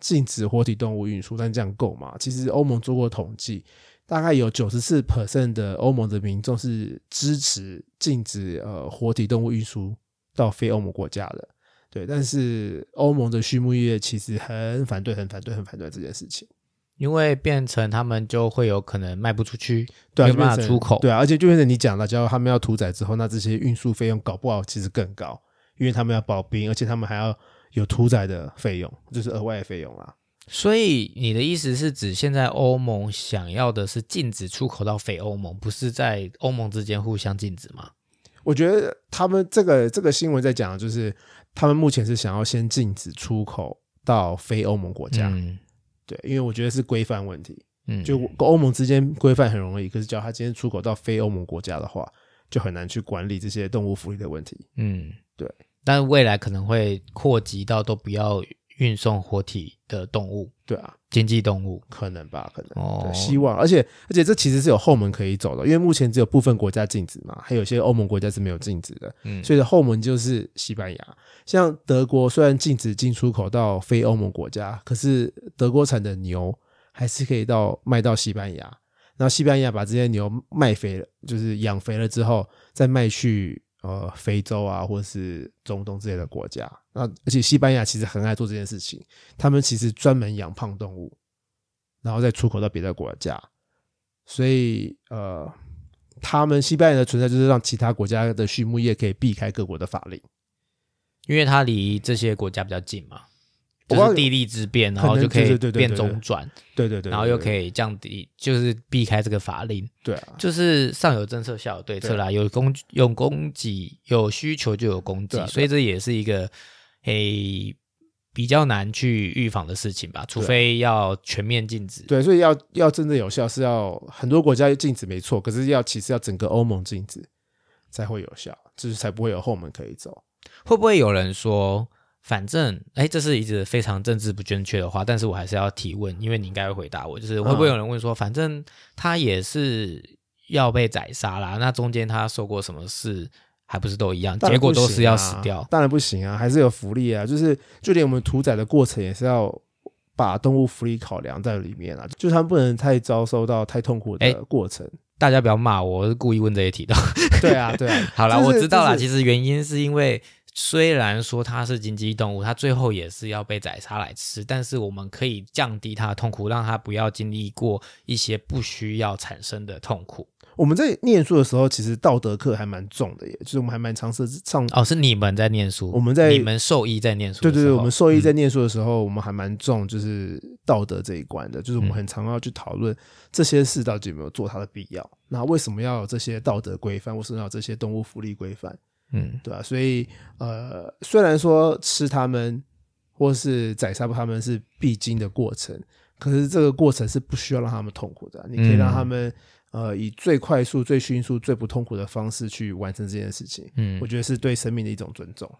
S1: 禁止活体动物运输，但这样够吗？其实欧盟做过统计，大概有九十四 percent 的欧盟的民众是支持禁止呃活体动物运输到非欧盟国家的。对，但是欧盟的畜牧业其实很反对、很反对、很反对这件事情。
S2: 因为变成他们就会有可能卖不出去，
S1: 对啊、
S2: 没有办
S1: 就
S2: 法
S1: 变成
S2: 出口。
S1: 对啊，而且就变成你讲了，只要他们要屠宰之后，那这些运输费用搞不好其实更高，因为他们要保冰，而且他们还要有屠宰的费用，就是额外的费用啦。
S2: 所以你的意思是指，现在欧盟想要的是禁止出口到非欧盟，不是在欧盟之间互相禁止吗？
S1: 我觉得他们这个这个新闻在讲，就是他们目前是想要先禁止出口到非欧盟国家，
S2: 嗯
S1: 对，因为我觉得是规范问题，
S2: 嗯，
S1: 就欧盟之间规范很容易，可是只要他今天出口到非欧盟国家的话，就很难去管理这些动物福利的问题。
S2: 嗯
S1: 对。
S2: 但未来可能会扩及到都不要运送活体的动物，
S1: 对啊，
S2: 经济动物。
S1: 可能吧，可能。
S2: 哦
S1: 对，希望，而且而且这其实是有后门可以走的，因为目前只有部分国家禁止嘛，还有一些欧盟国家是没有禁止的，
S2: 嗯
S1: 所以后门就是西班牙。像德国虽然禁止进出口到非欧盟国家，可是德国产的牛还是可以到卖到西班牙，然后西班牙把这些牛卖肥了，就是养肥了之后再卖去。呃，非洲啊，或是中东之类的国家，那而且西班牙其实很爱做这件事情，他们其实专门养胖动物，然后再出口到别的国家。所以呃，他们西班牙的存在就是让其他国家的畜牧业可以避开各国的法令。
S2: 因为它离这些国家比较近嘛，
S1: 我不
S2: 就
S1: 知道
S2: 是地利之便，然
S1: 可
S2: 后
S1: 能
S2: 就可
S1: 对
S2: 以
S1: 对对对
S2: 变
S1: 对
S2: 中转，
S1: 对对对
S2: 然后又可
S1: 以
S2: 以降低，就是避开这个法令。
S1: 对啊，
S2: 就是上有政策，下有对策啦。有供有供给，有需求就有供给，
S1: 对啊对啊
S2: 所以这也是一个诶、比较难去预防的事情吧，
S1: 啊
S2: 除非要全面禁止。
S1: 对，所以要要真的有效是要很多国家禁止没错，可是要其实要整个欧盟禁止才会有效，就是才不会有后门可以走。
S2: 会不会有人说，反正诶，这是一直非常政治不正确的话，但是我还是要提问，因为你应该会回答我，就是
S1: 嗯
S2: 会不会有人问说，反正他也是要被宰杀啦，那中间他受过什么事，还不是都一样，
S1: 当
S2: 结
S1: 然不
S2: 果都是要
S1: 行
S2: 死
S1: 啊
S2: 掉。
S1: 当然不行啊，还是有福利啊，就是就连我们屠宰的过程也是要。把动物福利考量在里面啊，就是他们不能太遭受到太痛苦
S2: 哎
S1: 的过程。
S2: 大家不要骂我，我是故意问这些题的。
S1: 对啊，对啊，
S2: 好啦，
S1: 这是
S2: 我知道啦。
S1: 这是
S2: 其实原因是因为，虽然说它是经济动物，它最后也是要被宰杀来吃，但是我们可以降低它的痛苦，让它不要经历过一些不需要产生的痛苦。
S1: 我们在念书的时候，其实道德课还蛮重的耶，就是我们还蛮常是上，
S2: 哦，是你们在念书，
S1: 我们在
S2: 你们受益在念书的
S1: 对
S2: 时
S1: 对
S2: 候，
S1: 对，我们兽医
S2: 嗯
S1: 在念书的时候，我们还蛮重就是道德这一关的，就是我们
S2: 嗯
S1: 很常要去讨论这些事到底有没有做它的必要，那为什么要有这些道德规范，为什么要有这些动物福利规范，
S2: 嗯
S1: 对吧、啊所以呃，虽然说吃它们或是宰杀它们是必经的过程，可是这个过程是不需要让他们痛苦的啊、你可以
S2: 嗯
S1: 让他们、呃以最快速、最迅速、最不痛苦的方式去完成这件事情。
S2: 嗯
S1: 我，觉得是对生命的一种尊重。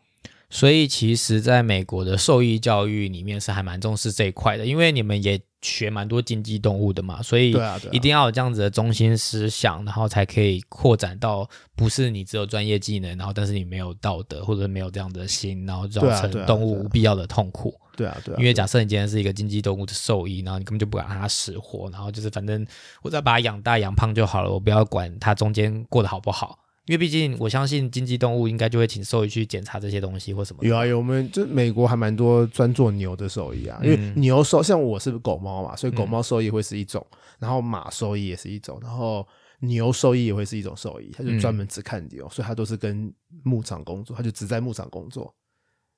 S2: 所以其实在美国的兽医教育里面是还蛮重视这一块的，因为你们也学蛮多经济动物的嘛，所以
S1: 对啊对啊
S2: 一定要有这样子的中心思想，然后才可以扩展到不是你只有专业技能，然后但是你没有道德或者没有这样的心，然后造
S1: 对啊对
S2: 成
S1: 啊
S2: 动物
S1: 对啊
S2: 无必要的痛苦。
S1: 对啊，对啊，
S2: 因为假设你今天是一个经济动物的兽医，然后你根本就不敢让它死活，然后就是反正我只要把它养大养胖就好了，我不要管它中间过得好不好。因为毕竟我相信经济动物应该就会请兽医去检查这些东西或什么的。
S1: 有啊有，我们就美国还蛮多专做牛的兽医啊，因为
S2: 嗯
S1: 牛兽像我是狗猫嘛，所以狗猫兽医会是一种，然后马兽医也是一种，然后牛兽医也会是一种兽医，他就专门只看牛，所以他都是跟牧场工作，他就只在牧场工作，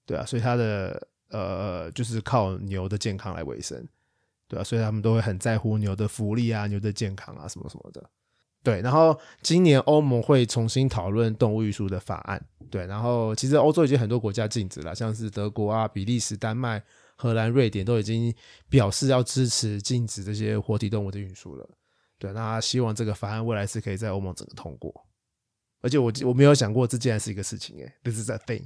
S1: 对啊，所以他的呃就是靠牛的健康来维生，对啊，所以他们都会很在乎牛的福利啊、牛的健康啊什么什么的。对，然后今年欧盟会重新讨论动物运输的法案。对，然后其实欧洲已经很多国家禁止了，像是德国啊、比利时、丹麦、荷兰、瑞典都已经表示要支持禁止这些活体动物的运输了。对，那希望这个法案未来是可以在欧盟整个通过。而且我我没有想过这竟然是一个事情、欸，哎，this is a thing。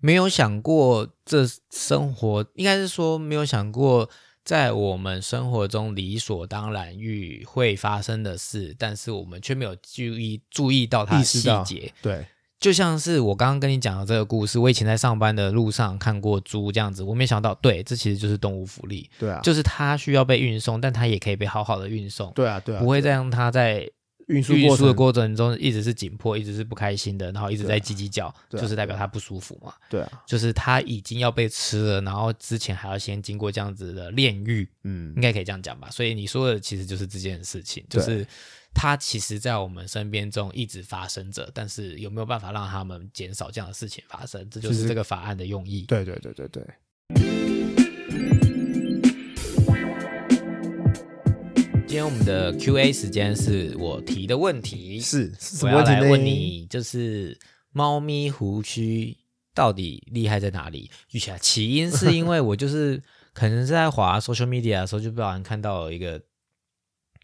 S2: 没有想过这生活，应该是说没有想过在我们生活中理所当然遇会发生的事，但是我们却没有注意注意到它
S1: 意
S2: 的
S1: 识
S2: 细
S1: 到
S2: 节。
S1: 对，
S2: 就像是我刚刚跟你讲的这个故事，我以前在上班的路上看过猪这样子，我没想到，对，这其实就是动物福利，
S1: 对啊，
S2: 就是它需要被运送，但它也可以被好好的运送，
S1: 对啊，对啊，
S2: 不会再让它在
S1: 运输
S2: 运
S1: 过
S2: 输的
S1: 程，
S2: 过程中一直是紧迫，一直是不开心的，然后一直在叽叽叫，
S1: 对啊
S2: 就是代表它不舒服嘛，
S1: 对啊，
S2: 就是它已经要被吃了，然后之前还要先经过这样子的炼狱，
S1: 嗯
S2: 应，该可以这样讲吧？所以你说的其实就是这件事情，就是它其实，在我们身边中一直发生着，但是有没有办法让他们减少这样的事情发生？这就
S1: 其
S2: 是
S1: 实
S2: 这个法案的用意。
S1: 对对对对对。
S2: 今天我们的 Q&A 时间是我提的问题，
S1: 是，是什
S2: 我
S1: 么
S2: 要
S1: 问题呢
S2: 来问你，就是猫咪胡须到底厉害在哪里？玉起来，起因是因为我就是可能是在滑 social media 的时候，就不小心看到有一个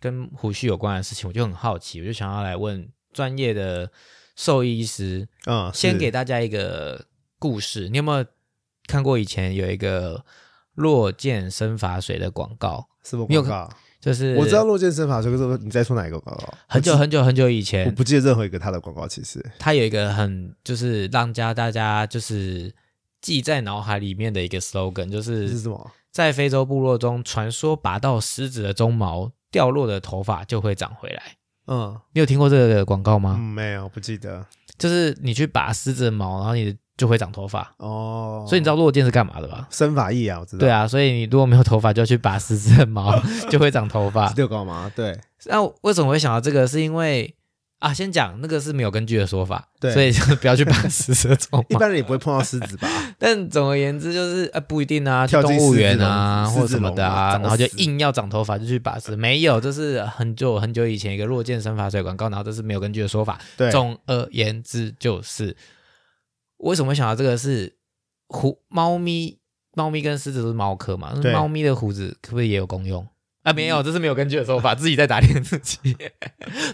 S2: 跟胡须有关的事情，我就很好奇，我就想要来问专业的兽医师，
S1: 嗯，
S2: 先
S1: 是
S2: 给大家一个故事。你有没有看过以前有一个落健身法水的广告？
S1: 什么
S2: 你有
S1: 广告？
S2: 就是
S1: 我知道洛健身法这个是你在说哪一个广告？
S2: 很久很久很久以前
S1: 我，不记得任何一个他的广告，其实
S2: 它有一个很就是让家大家就是记在脑海里面的一个 slogan，就是是
S1: 什么？
S2: 在非洲部落中，传说拔到狮子的鬃毛，掉落的头发就会长回来。
S1: 嗯
S2: 你有听过这个广告吗？
S1: 嗯，没有，不记得
S2: 就是你去拔狮子的毛，然后你就会长头发。
S1: 哦。
S2: 所以你知道落剑是干嘛的吧？
S1: 身法意啊，我知道，
S2: 对，啊，所以你如果没有头发，就要去拔狮子 的毛，就会长头发
S1: 是。遛狗吗？对，
S2: 那我为什么会想到这个？是因为啊，先讲那个是没有根据的说法，
S1: 对
S2: 所以就不要去拔狮子的鬃
S1: 一
S2: 毛。
S1: 般人也不会碰到狮 子吧？
S2: 但总而言之，就是呃不一定啊，去
S1: 跳
S2: 动
S1: 进
S2: 物
S1: 狮子
S2: 园
S1: 笼
S2: 啊
S1: 狮
S2: 或者
S1: 子
S2: 什么
S1: 笼
S2: 的
S1: 啊
S2: 啊，
S1: 找
S2: 然后就
S1: 死
S2: 硬要长头发就去拔丝，没有，这是很久很久以前一个弱健身法水广告，然后这是没有根据的说法。
S1: 对，
S2: 总而言之，就是为什么会想到这个是胡猫咪，猫咪跟狮子都是猫科嘛，
S1: 对嗯
S2: 猫咪的胡子可不可以也有功用？啊，没有，这是没有根据的 说法，自己在打脸自己，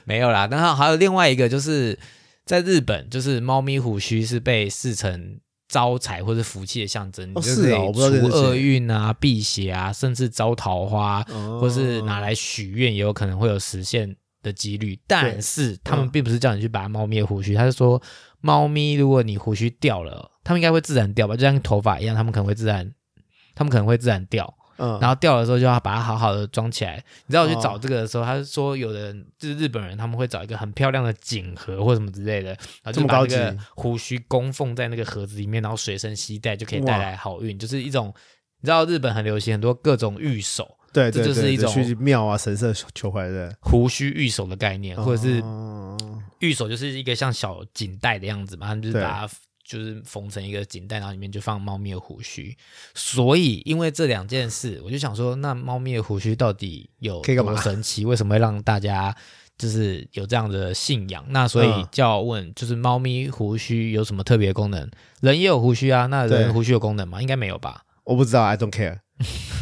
S2: 没有啦。然后还有另外一个，就是在日本，就是猫咪胡须是被视成招财或者福气的象征，
S1: 哦
S2: 你就是可以
S1: 哦我不知道这
S2: 除
S1: 件事情
S2: 厄运啊、辟邪啊，甚至招桃花、啊
S1: 哦
S2: 或是拿来许愿，也有可能会有实现的几率。但
S1: 嗯
S2: 是他们并不是叫你去拔猫咪的胡须，他是说猫咪如果你胡须掉了，它们应该会自然掉吧，就像头发一样，它们可能会自然，它们可能会自然掉。
S1: 嗯，
S2: 然
S1: 后
S2: 后掉的时候就要把它好好的装起来。你知道我去
S1: 哦
S2: 找这个的时候，他是说有的人就是日本人，他们会找一个很漂亮的锦盒或什么之类的，然
S1: 这
S2: 后就
S1: 么
S2: 把
S1: 高
S2: 那
S1: 级
S2: 个胡须供奉在那个盒子里面，然后随身携带就可以带来好运，就是一种你知道日本很流行很多各种御守。
S1: 对
S2: 这
S1: 对对，
S2: 就是一
S1: 对
S2: 种
S1: 去庙啊神社求回来的，
S2: 胡须御守的概念，或者是
S1: 哦
S2: 御守就是一个像小锦带的样子嘛，他们就是
S1: 对
S2: 把它就是缝成一个锦带，然后里面就放猫咪的胡须。所以因为这两件事，我就想说，那猫咪的胡须到底有
S1: 可以干嘛
S2: 多神奇？为什么会让大家就是有这样的信仰？那所以
S1: 嗯
S2: 就要问，就是猫咪胡须有什么特别功能？人也有胡须啊，那
S1: 对
S2: 人胡须有功能吗？应该没有吧？
S1: 我不知道，I don't care，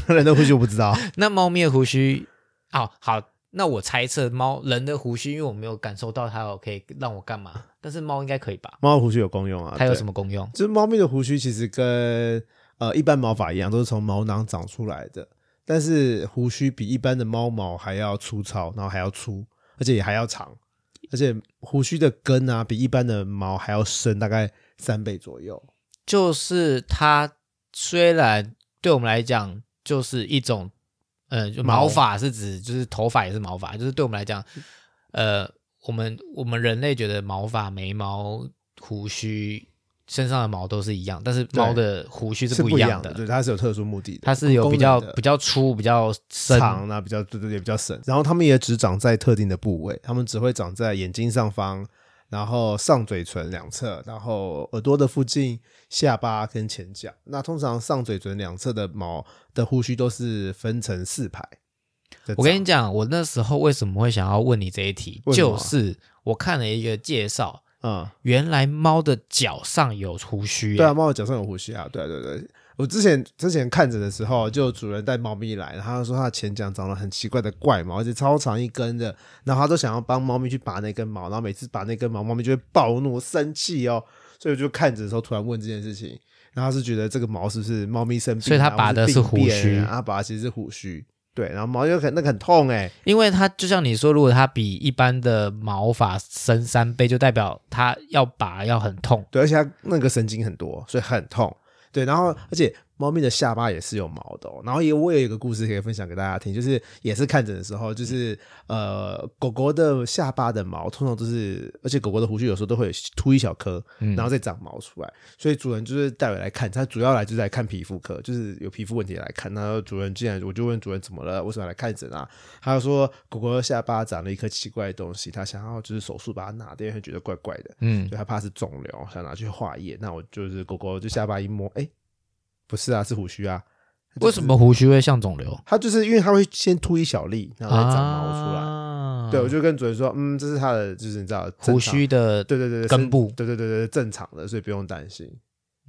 S1: 人 的呼吸我不知 道，
S2: 那猫咪的胡须，哦，好，那我猜测猫人的胡须，因为我没有感受到它有可以让我干嘛，但是猫应该可以吧？
S1: 猫的胡须有功用啊，
S2: 它有
S1: 对
S2: 什么功用？
S1: 就是猫咪的胡须其实跟呃一般毛发一样，都是从毛囊长出来的，但是胡须比一般的猫毛还要粗糙，然后还要粗，而且也还要长，而且胡须的根啊比一般的毛还要深，大概三倍左右。
S2: 就是它虽然对我们来讲就是一种，呃，就毛
S1: 毛
S2: 发是指就是头发也是毛发，就是对我们来讲，呃，我们我们人类觉得毛发、眉毛、胡须。身上的毛都是一样，但是猫的胡须是
S1: 是
S2: 不
S1: 不一
S2: 一样
S1: 样
S2: 的，
S1: 对，它是有特殊目的的，
S2: 它是有比较
S1: 功能的
S2: 比较粗、比较深、
S1: 长啊，比较对对对，比较深。然后它们也只长在特定的部位，它们只会长在眼睛上方，然后上嘴唇两侧，然后耳朵的附近、下巴跟前脚。那通常上嘴唇两侧的毛的胡须都是分成四排，在
S2: 我跟
S1: 找
S2: 你讲，我那时候为什么会想要问你这一题，
S1: 为什么
S2: 就
S1: 啊
S2: 是我看了一个介绍，
S1: 嗯，
S2: 原来猫的脚上有胡须、欸
S1: 对啊，，猫的脚上有胡须啊，对啊对对。我之前之前看着的时候，就有主人带猫咪来，然后他说他的前脚长了很奇怪的怪毛，而且超长一根的，然后他都想要帮猫咪去拔那根毛，然后每次拔那根毛，猫咪就会暴怒生气哦。所以我就看着的时候，突然问这件事情，然后他是觉得这个毛是不是猫咪生病啊，
S2: 所以他
S1: 或
S2: 拔的是
S1: 病
S2: 胡
S1: 变啊
S2: 须
S1: 他拔的其实是胡须，对，然后毛就很那个很痛哎、
S2: 因为它就像你说，如果它比一般的毛发深三倍，就代表它要拔要很痛。
S1: 对，而且它那个神经很多，所以很痛。对，然后而且猫咪的下巴也是有毛的、哦。然后也我也有一个故事可以分享给大家听，就是也是看诊的时候，就是呃狗狗的下巴的毛通常都是，而且狗狗的胡须有时候都会有秃一小颗，然后再长毛出来。所以主人就是带我来看，他主要来就是来看皮肤科，就是有皮肤问题来看。然后主人进来，我就问主人怎么了，为什么要来看诊啊？他就说狗狗的下巴长了一颗奇怪的东西，他想要就是手术把它拿掉，因为觉得怪怪的。
S2: 嗯
S1: 就，他怕是肿瘤，想拿去化验。那我就是狗狗就下巴一摸，哎、不是啊，是胡须啊。它就
S2: 为
S1: 是
S2: 什？么胡须会像肿瘤？
S1: 它就是因为它会先秃一小粒，然后再长毛出来。
S2: 啊
S1: 对，我就跟主人说，嗯，这是它的，就是你知道
S2: 胡，须
S1: 正
S2: 的
S1: 常对对对，对
S2: 根
S1: 是
S2: 部
S1: 对对对对，正常的，所以不用担心。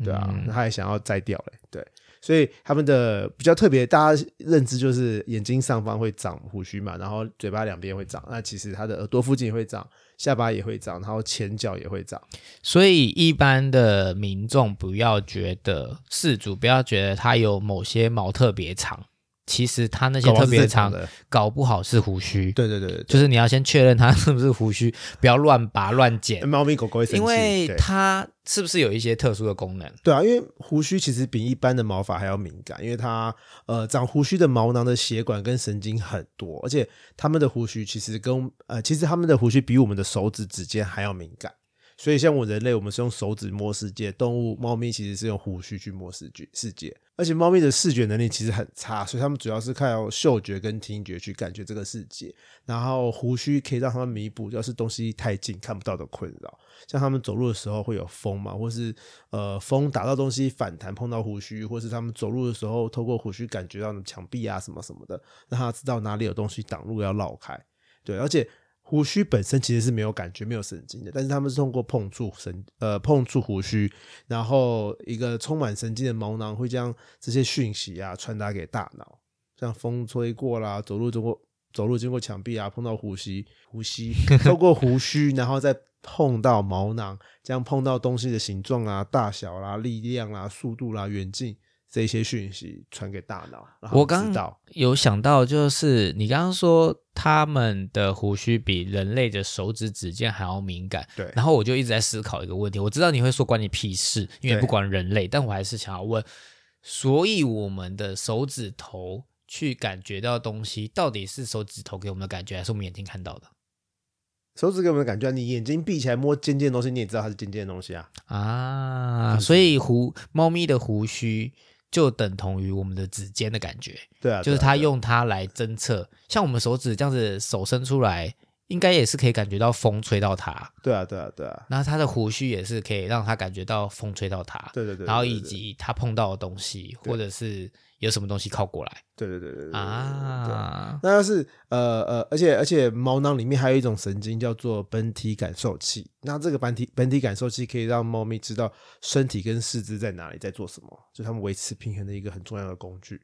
S1: 对啊，
S2: 嗯
S1: 那他也想要摘掉嘞，对，所以他们的比较特别，大家认知就是眼睛上方会长胡须嘛，然后嘴巴两边会长，那其实它的耳朵附近也会长，下巴也会长，然后前脚也会长。
S2: 所以一般的民众不要觉得事主不要觉得它有某些毛特别长，其实它那些
S1: 狗毛
S2: 特
S1: 是
S2: 别
S1: 正常
S2: 长，
S1: 的，
S2: 搞不好是胡须。
S1: 对对对对，
S2: 就是你要先确认它是不是胡须，不要乱拔乱剪，
S1: 猫咪狗狗会 生气，
S2: 因为
S1: 对
S2: 它是不是有一些特殊的功能？
S1: 对啊，因为胡须其实比一般的毛发还要敏感，因为它呃长胡须的毛囊的血管跟神经很多，而且它们的胡须其实跟呃其实它们的胡须比我们的手指指尖还要敏感。所以，像我人类，我们是用手指摸世界；动物，猫咪其实是用胡须去摸世界。世界，而且猫咪的视觉能力其实很差，所以它们主要是靠嗅觉跟听觉去感觉这个世界。然后，胡须可以让它们弥补，要是东西太近看不到的困扰。像他们走路的时候会有风嘛，或是呃风打到东西反弹碰到胡须，或是他们走路的时候透过胡须感觉到墙壁啊什么什么的，让他知道哪里有东西挡路要绕开。对，而且胡须本身其实是没有感觉、没有神经的，但是他们是通过碰触神呃碰触胡须，然后一个充满神经的毛囊会将这些讯息啊传达给大脑，像风吹过啦，走路经过走路经过墙壁啊，碰到胡须，胡须 透过胡须，然后再碰到毛囊，这样碰到东西的形状啊、大小啦、力量啦、速度啦、远近这些讯息传给大脑，让他
S2: 我
S1: 们
S2: 刚
S1: 知道
S2: 有想到，就是你刚刚说他们的胡须比人类的手指指尖还要敏感，
S1: 对
S2: 然后我就一直在思考一个问题，我知道你会说关你屁事，因为
S1: 对
S2: 不管人类，但我还是想要问，所以我们的手指头去感觉到东西，到底是手指头给我们的感觉，还是我们眼睛看到的
S1: 手指给我们的感觉啊，你眼睛闭起来摸尖尖的东西，你也知道它是尖尖的东西啊。
S2: 啊？
S1: 就是
S2: 所以胡猫咪的胡须就等同于我们的指尖的感觉。
S1: 对啊，
S2: 就是
S1: 它
S2: 他用它来侦测，像我们手指这样子手伸出来，应该也是可以感觉到风吹到它，
S1: 对啊，对啊，对啊，
S2: 然后它的胡须也是可以让它感觉到风吹到它，
S1: 对对对，
S2: 然后
S1: 对
S2: 以及它碰到的东西，
S1: 对
S2: 或者是有什么东西靠过来
S1: 对对对对对对对对
S2: 啊，
S1: 那要是呃呃，而且而且毛囊里面还有一种神经叫做本体感受器，那这个本体本体感受器可以让猫咪知道身体跟四肢在哪里，在做什么，就是它们维持平衡的一个很重要的工具。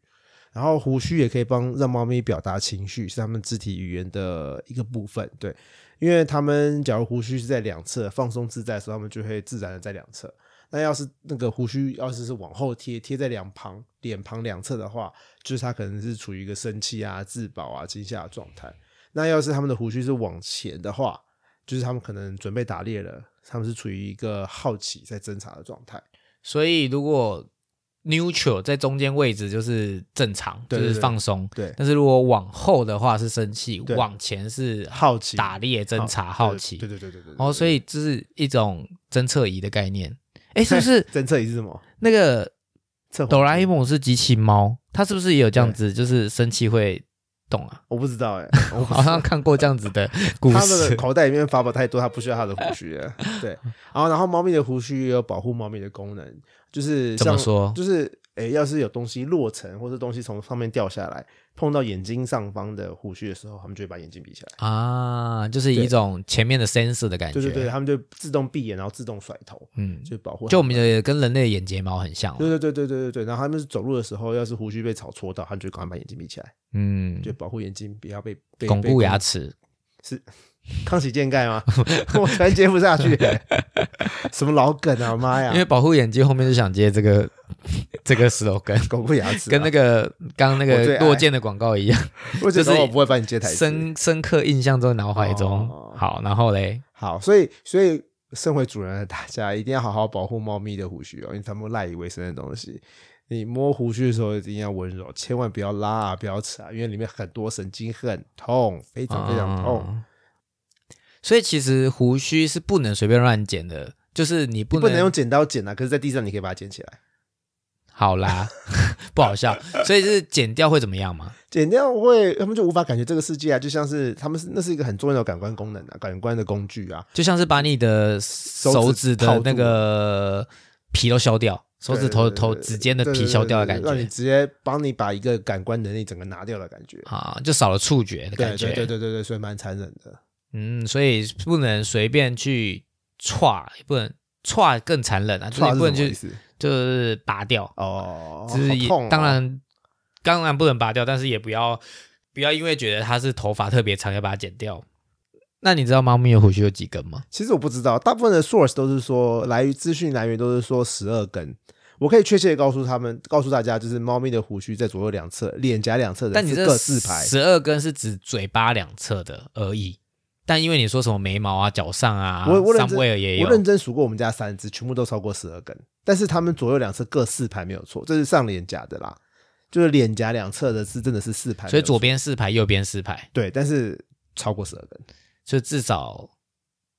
S1: 然后胡须也可以帮让猫咪表达情绪，是它们肢体语言的一个部分。对，因为它们假如胡须是在两侧放松自在的时候，它们就会自然的在两侧。那要是那个胡须要是是往后贴，贴在两旁脸庞两侧的话，就是它可能是处于一个生气啊、自保啊、惊吓的状态。那要是他们的胡须是往前的话，就是他们可能准备打猎了，他们是处于一个好奇在侦查的状态。
S2: 所以如果 neutral 在中间位置就是正常，
S1: 对对
S2: 就
S1: 对
S2: 是放松，
S1: 对
S2: 但是如果往后的话是生气，
S1: 对
S2: 往前是
S1: 好奇
S2: 打猎、侦查、好奇，
S1: 对对对对对。
S2: 哦，所以这是一种侦测仪的概念。 哎，是不是
S1: 侦测仪是什么？
S2: 那个
S1: 测
S2: 哆啦 A
S1: 梦？
S2: 梦是机器猫？它是不是也有这样子，就是生气会 动啊？
S1: 我不知道哎、我
S2: 我好像看过这样子的故
S1: 他们 的
S2: 事。
S1: 口袋里面法宝太多，他不需要他的胡 须了。对，然后然后猫咪的胡须也有保护猫咪的功能，就是
S2: 怎么
S1: 像
S2: 说
S1: 就是诶，要是有东西落成，或是东西从上面掉下来，碰到眼睛上方的胡须的时候，他们就会把眼睛闭起来。
S2: 啊，就是一种前面的 sense 的感觉。
S1: 对对对，他们就自动闭眼，然后自动甩头，
S2: 嗯，
S1: 就保护他。
S2: 就我们的跟人类的眼睫毛很像啊
S1: 对
S2: 了。
S1: 对对对对对对，然后他们走路的时候，要是胡须被草戳到，他们就赶快把眼睛闭起来，
S2: 嗯，
S1: 就保护眼睛不要被被
S2: 巩
S1: 被
S2: 固牙齿。
S1: 康熙健盖吗？ 我突然接不下 去、什么老梗啊！妈呀，
S2: 因为保护眼睛后面就想接这个 这个 slogan，
S1: 狗不牙齿啊、
S2: 跟那个刚刚那
S1: 我最
S2: 个
S1: 爱
S2: 落剑的广告一样，
S1: 我只
S2: 就是
S1: 是我不会帮你接台词。
S2: 深深刻印象在脑海中
S1: 哦。
S2: 好，然后嘞，
S1: 好，所以所以身为主人的大家一定要好好保护猫咪的胡须哦，因为它们赖以为生的东西。你摸胡须的时候一定要温柔，千万不要拉啊，不要扯啊，因为里面很多神经很痛，非常非常痛。
S2: 哦所以其实胡须是不能随便乱剪的，就是你不
S1: 不能用剪刀剪啊，可是在地上你可以把它捡起来，
S2: 好啦， 不好笑。所以是剪掉会怎么样吗？
S1: 剪掉会他们就无法感觉这个世界啊，就像是他们是那是一个很重要的感官功能啊，感官的工具啊，
S2: 就像是把你的手指
S1: 套
S2: 的
S1: 住
S2: 那个皮都削掉，手指头
S1: 对对对
S2: 头
S1: 对
S2: 指尖的
S1: 对对
S2: 皮
S1: 对
S2: 削掉的
S1: 对
S2: 感
S1: 让你
S2: 觉
S1: 直接帮你把一个感官能力整个拿掉的感觉。
S2: 啊，就少了触觉的
S1: 对对对
S2: 感觉。
S1: 对对对，所以蛮残忍的。
S2: 嗯，所以不能随便去歘，也不能歘更残忍啊，就是
S1: 歘
S2: 你
S1: 是
S2: 不
S1: 什
S2: 能
S1: 么
S2: 去
S1: 意思？
S2: 就是拔掉，
S1: 哦，
S2: 就是
S1: 好
S2: 也、
S1: 痛哦
S2: 当然当然不能拔掉，但是也不要不要因为觉得它是头发特别长要把它剪掉。那你知道猫咪的胡须有几根吗？
S1: 其实我不知道，大部分的 source 都是说来源资讯来源都是说十二根。我可以确切的告诉他们，告诉大家，就是猫咪的胡须在左右两侧、脸颊两侧的，
S2: 但你这
S1: 各自排。
S2: 十二根是指嘴巴两侧的而已。但因为你说什么眉毛啊、脚上啊，
S1: 我我认
S2: 上
S1: 真
S2: 位尔也
S1: 我
S2: 有，
S1: 认真数过我们家三只，全部都超过十二根，但是它们左右两侧各四排没有错，这是上脸颊的啦，就是脸颊两侧的是真的是四排没有错，
S2: 所以左边四排，右边四排，
S1: 对，但是超过十二根，
S2: 所以至少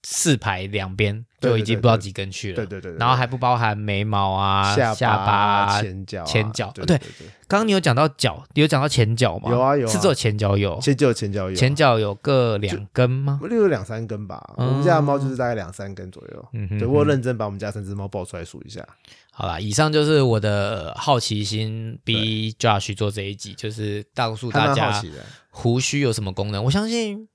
S2: 四排两边
S1: 对
S2: 就
S1: 对
S2: 已经
S1: 对
S2: 不知道
S1: 对
S2: 几根去了。
S1: 对对对对
S2: 然后还不包含眉毛啊、
S1: 下
S2: 下巴啊、
S1: 前脚啊、
S2: 前脚
S1: 对
S2: 对
S1: 对对，
S2: 刚刚你有讲到脚，你有讲到前脚吗？
S1: 有啊有啊
S2: 是只有前脚有，
S1: 前脚前脚有啊
S2: 前脚有各两根吗？
S1: 我们有两三根吧，
S2: 嗯
S1: 我们家的猫就是大概两三根左右。
S2: 嗯哼
S1: 对我有认真把我们家三只猫抱出来数一下，
S2: 好啦，以上就是我的呃好奇心逼 Josh 做这一集，就是告诉
S1: 还
S2: 大
S1: 蛮
S2: 家
S1: 好奇的。
S2: 胡须有什么功能。我相信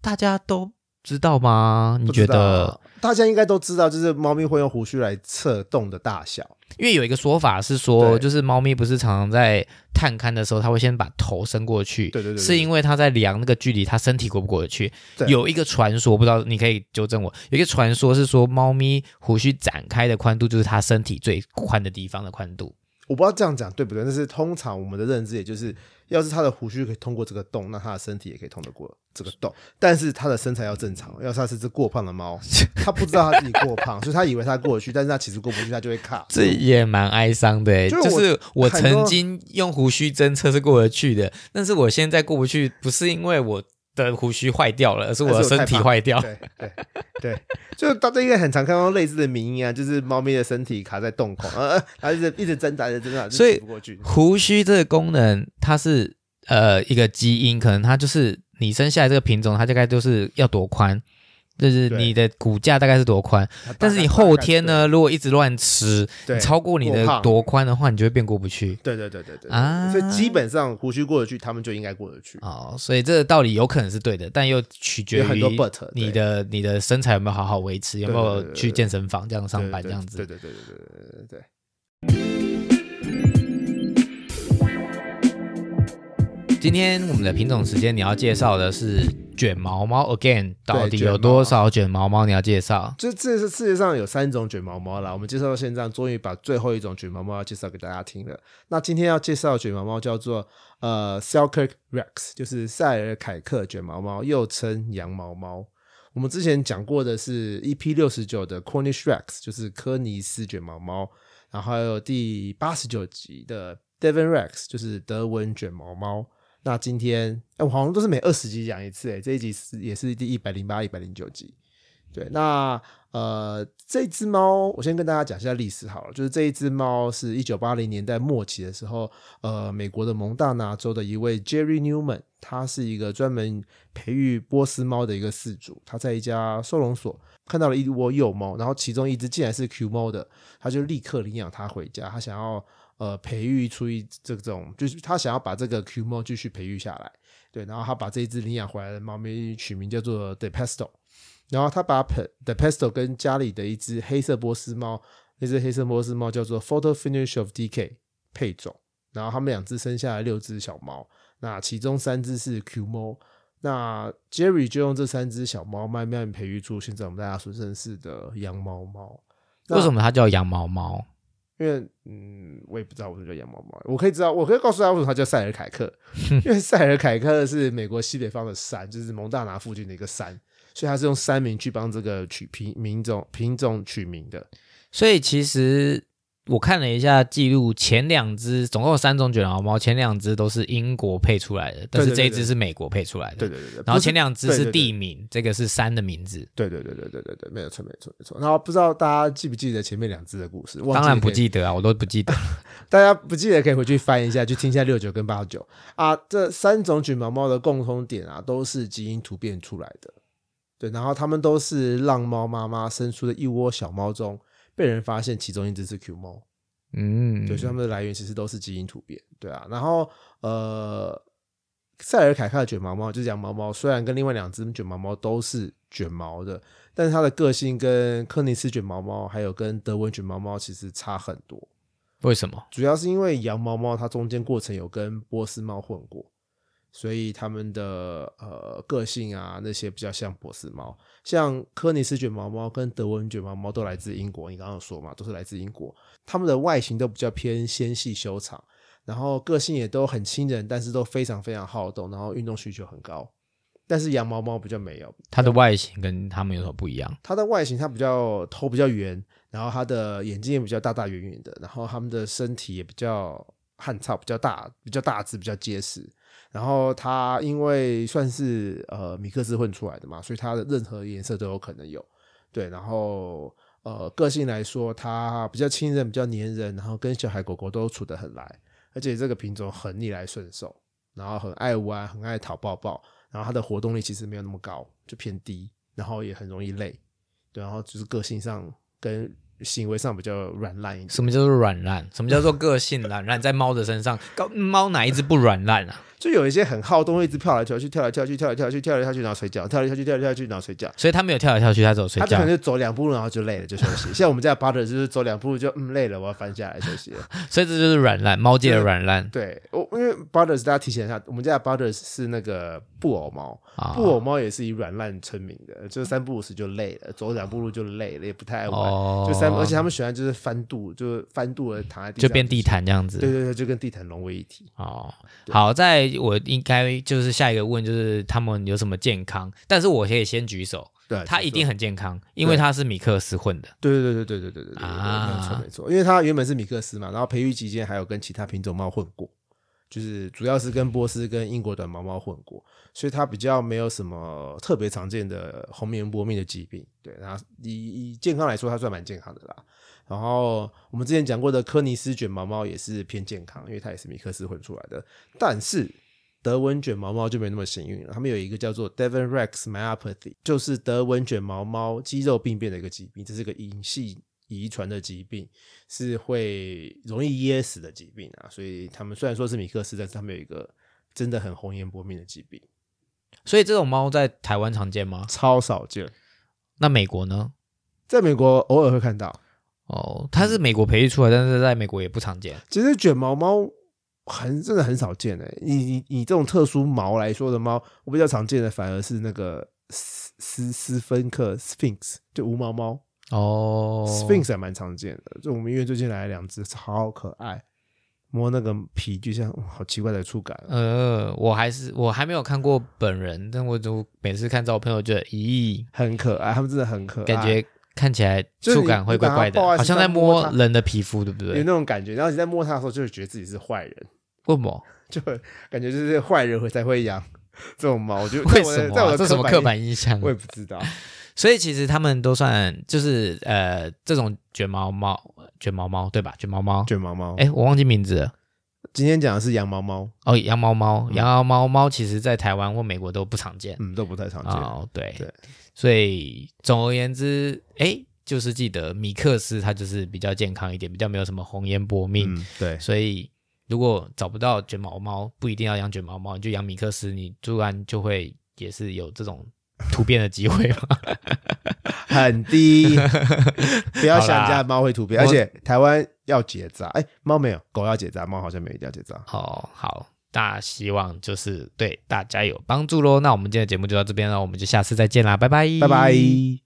S2: 大家都知道吗？你
S1: 不知
S2: 觉
S1: 道啊
S2: 得？
S1: 大家应该都知道，就是猫咪会用胡须来测洞的大小。
S2: 因为有一个说法是说，
S1: 对
S2: 就是猫咪不是常常在探勘的时候，它会先把头伸过去，
S1: 对对对对
S2: 是因为它在量那个距离，它身体过不过得去。
S1: 对
S2: 有一个传说，不知道你可以纠正我，有一个传说是说，猫咪胡须展开的宽度就是它身体最宽的地方的宽度。
S1: 我不知道这样讲对不对，但是通常我们的认知也就是，要是它的胡须可以通过这个洞，那它的身体也可以通得过这个洞。但是它的身材要正常，要是它是只过胖的猫，它不知道它自己过胖，所以它以为它过得去，但是它其实过不去，它就会卡。
S2: 这也蛮哀伤的欸，
S1: 就
S2: 就是
S1: 我
S2: 是我
S1: 很多
S2: 曾经用胡须侦测是过得去的，但是我现在过不去，不是因为我的胡须坏掉了，而是我
S1: 还
S2: 的
S1: 是我
S2: 身
S1: 太
S2: 体
S1: 胖
S2: 坏掉。
S1: 对对对，就大家应该很常看到类似的名音啊，就是猫咪的身体卡在洞口，呃，呃它一直一直挣扎，一直挣扎，就
S2: 所以
S1: 挤不过去。
S2: 胡须这个功能，它是呃一个基因，可能它就是你生下来这个品种，它大概就是要多宽，就是
S1: 对
S2: 你的骨架大概是多宽。
S1: 它大
S2: 但是
S1: 概
S2: 你后天？呢，如果一直乱吃，
S1: 对
S2: 你超过你
S1: 过
S2: 的
S1: 胖
S2: 多宽的话，你就会变过不去。
S1: 大概对对对对对对
S2: 啊
S1: 所以基本上胡须过得去，他们就应该过得去。
S2: 哦，所以这个道理有可能是对的，但又取决于
S1: 有很多 but，对
S2: 你的你的身材有没有好好维持，有没
S1: 对对
S2: 有
S1: 对
S2: 去健身房这样上班
S1: 对
S2: 这
S1: 对
S2: 样子。
S1: 对对对对对对对对。
S2: 今天我们的品种时间，你要介绍的是卷毛猫 again，到底
S1: 卷
S2: 有
S1: 毛
S2: 多少卷毛猫你要介绍？
S1: 就这是世界上有三种卷毛猫啦，我们介绍到现在，终于把最后一种卷毛猫要介绍给大家听了。那今天要介绍的卷毛猫叫做呃 Selkirk Rex，就是塞尔凯克卷毛猫，又称羊毛猫。我们之前讲过的是 EP 六十九的 Cornish Rex，就是科尼斯卷毛猫，然后还有第八十九集的 Devon Rex，就是德文卷毛猫。那今天，哎、我好像都是每二十集讲一次、哎，这一集是也是第一百零八、一百零九集。对，那呃，这只猫，我先跟大家讲一下历史好了。就是这一只猫是一九八零年代末期的时候，呃，美国的蒙大拿州的一位 Jerry Newman，他是一个专门培育波斯猫的一个饲主。他在一家收容所看到了一窝幼猫，然后其中一只竟然是 Q 猫的，他就立刻领养它回家，他想要呃培育出一这种，就是他想要把这个 Q 猫继续培育下来，对，然后他把这一只领养回来的猫咪取名叫做 De Pesto，然后他把 Pe- De Pesto 跟家里的一只黑色波斯猫，那只黑色波斯猫叫做 Photo Finish of DK 配种，然后他们两只生下来六只小猫，那其中三只是 Q 猫。那 Jerry 就用这三只小猫慢慢培育出现在我们大家所认识的羊毛猫。那
S2: 为什么它叫羊毛猫？
S1: 因为嗯，我也不知道为什么叫羊毛猫，我可以知道，我可以告诉大家为什么它叫塞尔凯 克，因为塞尔凯克是美国西北方的山，就是蒙大拿附近的一个山，所以它是用山名去帮这个取品名种品种取名的。
S2: 所以其实我看了一下记录，前两只总共有三种卷毛猫，前两只都是英国配出来的，但是
S1: 对对
S2: 这一
S1: 对
S2: 只是美国配出来的。
S1: 对对对对，
S2: 然后
S1: 不是
S2: 前两只
S1: 对
S2: 是
S1: 对对
S2: 地名，这个是山的名字。
S1: 对对对对对对对，没有错没错没错。然后不知道大家记不记得前面两只的故事？忘
S2: 当然不
S1: 记了可以
S2: 记得啊，我都不记得。
S1: 大家不记得可以回去翻一下，去听一下六九跟八九啊，这三种卷毛猫的共通点啊，都是基因突变出来的。对，然后它们都是浪猫妈妈生出的一窝小猫中，被人发现其中一只是 Q 猫。
S2: 嗯，
S1: 对，所以它们的来源其实都是基因突变，对啊。然后呃，塞尔凯克的卷毛猫就是羊毛猫，虽然跟另外两只卷毛猫都是卷毛的，但是它的个性跟柯尼斯卷毛猫还有跟德文卷毛猫其实差很多。
S2: 为什么？
S1: 主要是因为羊毛猫它中间过程有跟波斯猫混过，所以它们的呃个性啊那些比较像波斯猫。像科尼斯卷毛猫跟德文卷毛猫都来自英国，你刚刚有说嘛，都是来自英国。它们的外形都比较偏纤细修长，然后个性也都很亲人，但是都非常非常好动，然后运动需求很高。但是羊毛猫比较没有，
S2: 它的外形跟它们有什么不一样？
S1: 它的外形它比较头比较圆，然后它的眼睛也比较大大圆圆的，然后它们的身体也比较汗臭，比较大，比较大只，比较结实。然后它因为算是呃米克斯混出来的嘛，所以它的任何颜色都有可能有。对，然后呃个性来说，它比较亲人，比较黏人，然后跟小孩狗狗都处得很来，而且这个品种很逆来顺受，然后很爱玩，很爱讨抱抱，然后它的活动力其实没有那么高，就偏低，然后也很容易累。对，然后就是个性上跟行为上比较软烂一点，
S2: 什么叫做软烂？什么叫做个性软烂？在猫的身上，高猫哪一只不软烂啊？
S1: 就有一些很好动，会一直跳来跳去，跳来跳去，跳来跳去，跳来跳去，然后睡觉，跳来跳去，跳来跳去，然后睡觉。
S2: 所以它没有跳来跳去，它只有睡
S1: 他就
S2: 觉
S1: 可能。就走两步路，然后就累了，就休息。 像我们家的 Butter 就是走两步路就嗯累了，我要翻下来休息 了。
S2: 所以这就是软烂，猫界的软烂
S1: 对，我因为 Butter 大家提醒一下，我们家的 Butter 是那个布偶猫，
S2: 啊。
S1: 布偶猫也是以软烂成名的，就是三不五时就累了，走两步路就累了，也不太爱玩。
S2: 哦，
S1: 就三，而且他们喜欢就是翻肚，就是翻肚而躺在地上，
S2: 就变地。毯这样子。
S1: 对对对，就跟地毯融为一体。
S2: 哦，好，在我应该就是下一个问就是他们有什么健康，但是我可以先举手，
S1: 对，
S2: 它
S1: 没
S2: 一
S1: 错
S2: 定很健康，因为它是米克斯混的。
S1: 对对对对对对对对对，
S2: 啊
S1: 没有错没错，因为它原本是米克斯嘛，然后培育期间还有跟其他品种猫混过，就是主要是跟波斯跟英国短毛猫混过，所以它比较没有什么特别常见的红棉波面的疾病。对，然后以以健康来说，它算蛮健康的啦。然后我们之前讲过的科尼斯卷毛猫也是偏健康，因为它也是米克斯混出来的，但是。德文卷毛猫就没那么幸运了，他们有一个叫做 Devon Rex myopathy，就是德文卷毛猫肌肉病变的一个疾病，这是一个隐系遗传的疾病，是会容易噎死的疾病啊。所以他们虽然说是米克斯，但是他们有一个真的很红颜薄命的疾病，
S2: 所以这种猫在台湾常见吗？
S1: 超少见，
S2: 那美国呢？
S1: 在美国偶尔会看到。
S2: 哦，它
S1: 嗯
S2: 是美国培育出来，但是在美国也不常见。
S1: 其实卷毛猫很真的很少见诶、你你你这种特殊毛来说的猫，我比较常见的反而是那个斯斯斯芬克 Sphinx，就无毛猫。
S2: 哦
S1: Sphinx 还蛮常见的，就我们医院最近来了两只，超可爱，摸那个皮就像哇好奇怪的触感啊、
S2: 呃，我还是我还没有看过本人，但我就每次看照片，我觉得，咦，
S1: 很可爱，它们真的很可爱，
S2: 感觉看起来
S1: 就是
S2: 触
S1: 你
S2: 感会怪怪
S1: 你把它
S2: 的，
S1: 抱在
S2: 好像在摸
S1: 手上摸它
S2: 人的皮肤，对不
S1: 有
S2: 对
S1: 那？种感觉。然后你在摸它的时候，就会觉得自己是坏人，
S2: 为什么？
S1: 就会感觉就是坏人会才会养这种猫，就
S2: 为
S1: 在我
S2: 什
S1: 的
S2: 么
S1: 在我
S2: 啊、
S1: 的
S2: 这什么刻板
S1: 印
S2: 印象
S1: 象？我也不知 道。
S2: 所以其实他们都算就是呃这种卷毛猫、卷毛猫对吧？卷毛猫，
S1: 卷毛猫，
S2: 哎，我忘记名字了。
S1: 今天讲的是羊毛猫，
S2: 哦，羊毛猫，
S1: 嗯
S2: 羊毛猫猫其实在台湾或美国都不常见。哦
S1: 嗯，都不太常见。
S2: 哦，对
S1: 对
S2: 所以总而言之，哎，就是记得米克斯它就是比较健康一点，比较没有什么红颜薄命，
S1: 嗯，对，
S2: 所以如果找不到卷毛猫，不一定要养卷毛猫，你就养米克斯，你突然就会也是有这种突变的机会嘛。
S1: 很 低，不要想
S2: 好啦
S1: 家的猫会突变，而
S2: 我
S1: 且台湾要结扎，哎，猫没有，狗要结扎，猫好像没有一定要结扎。
S2: 哦，好，那希望就是对大家有帮助喽。那我们今天的节目就到这边了，我们就下次再见啦，拜拜，
S1: 拜拜。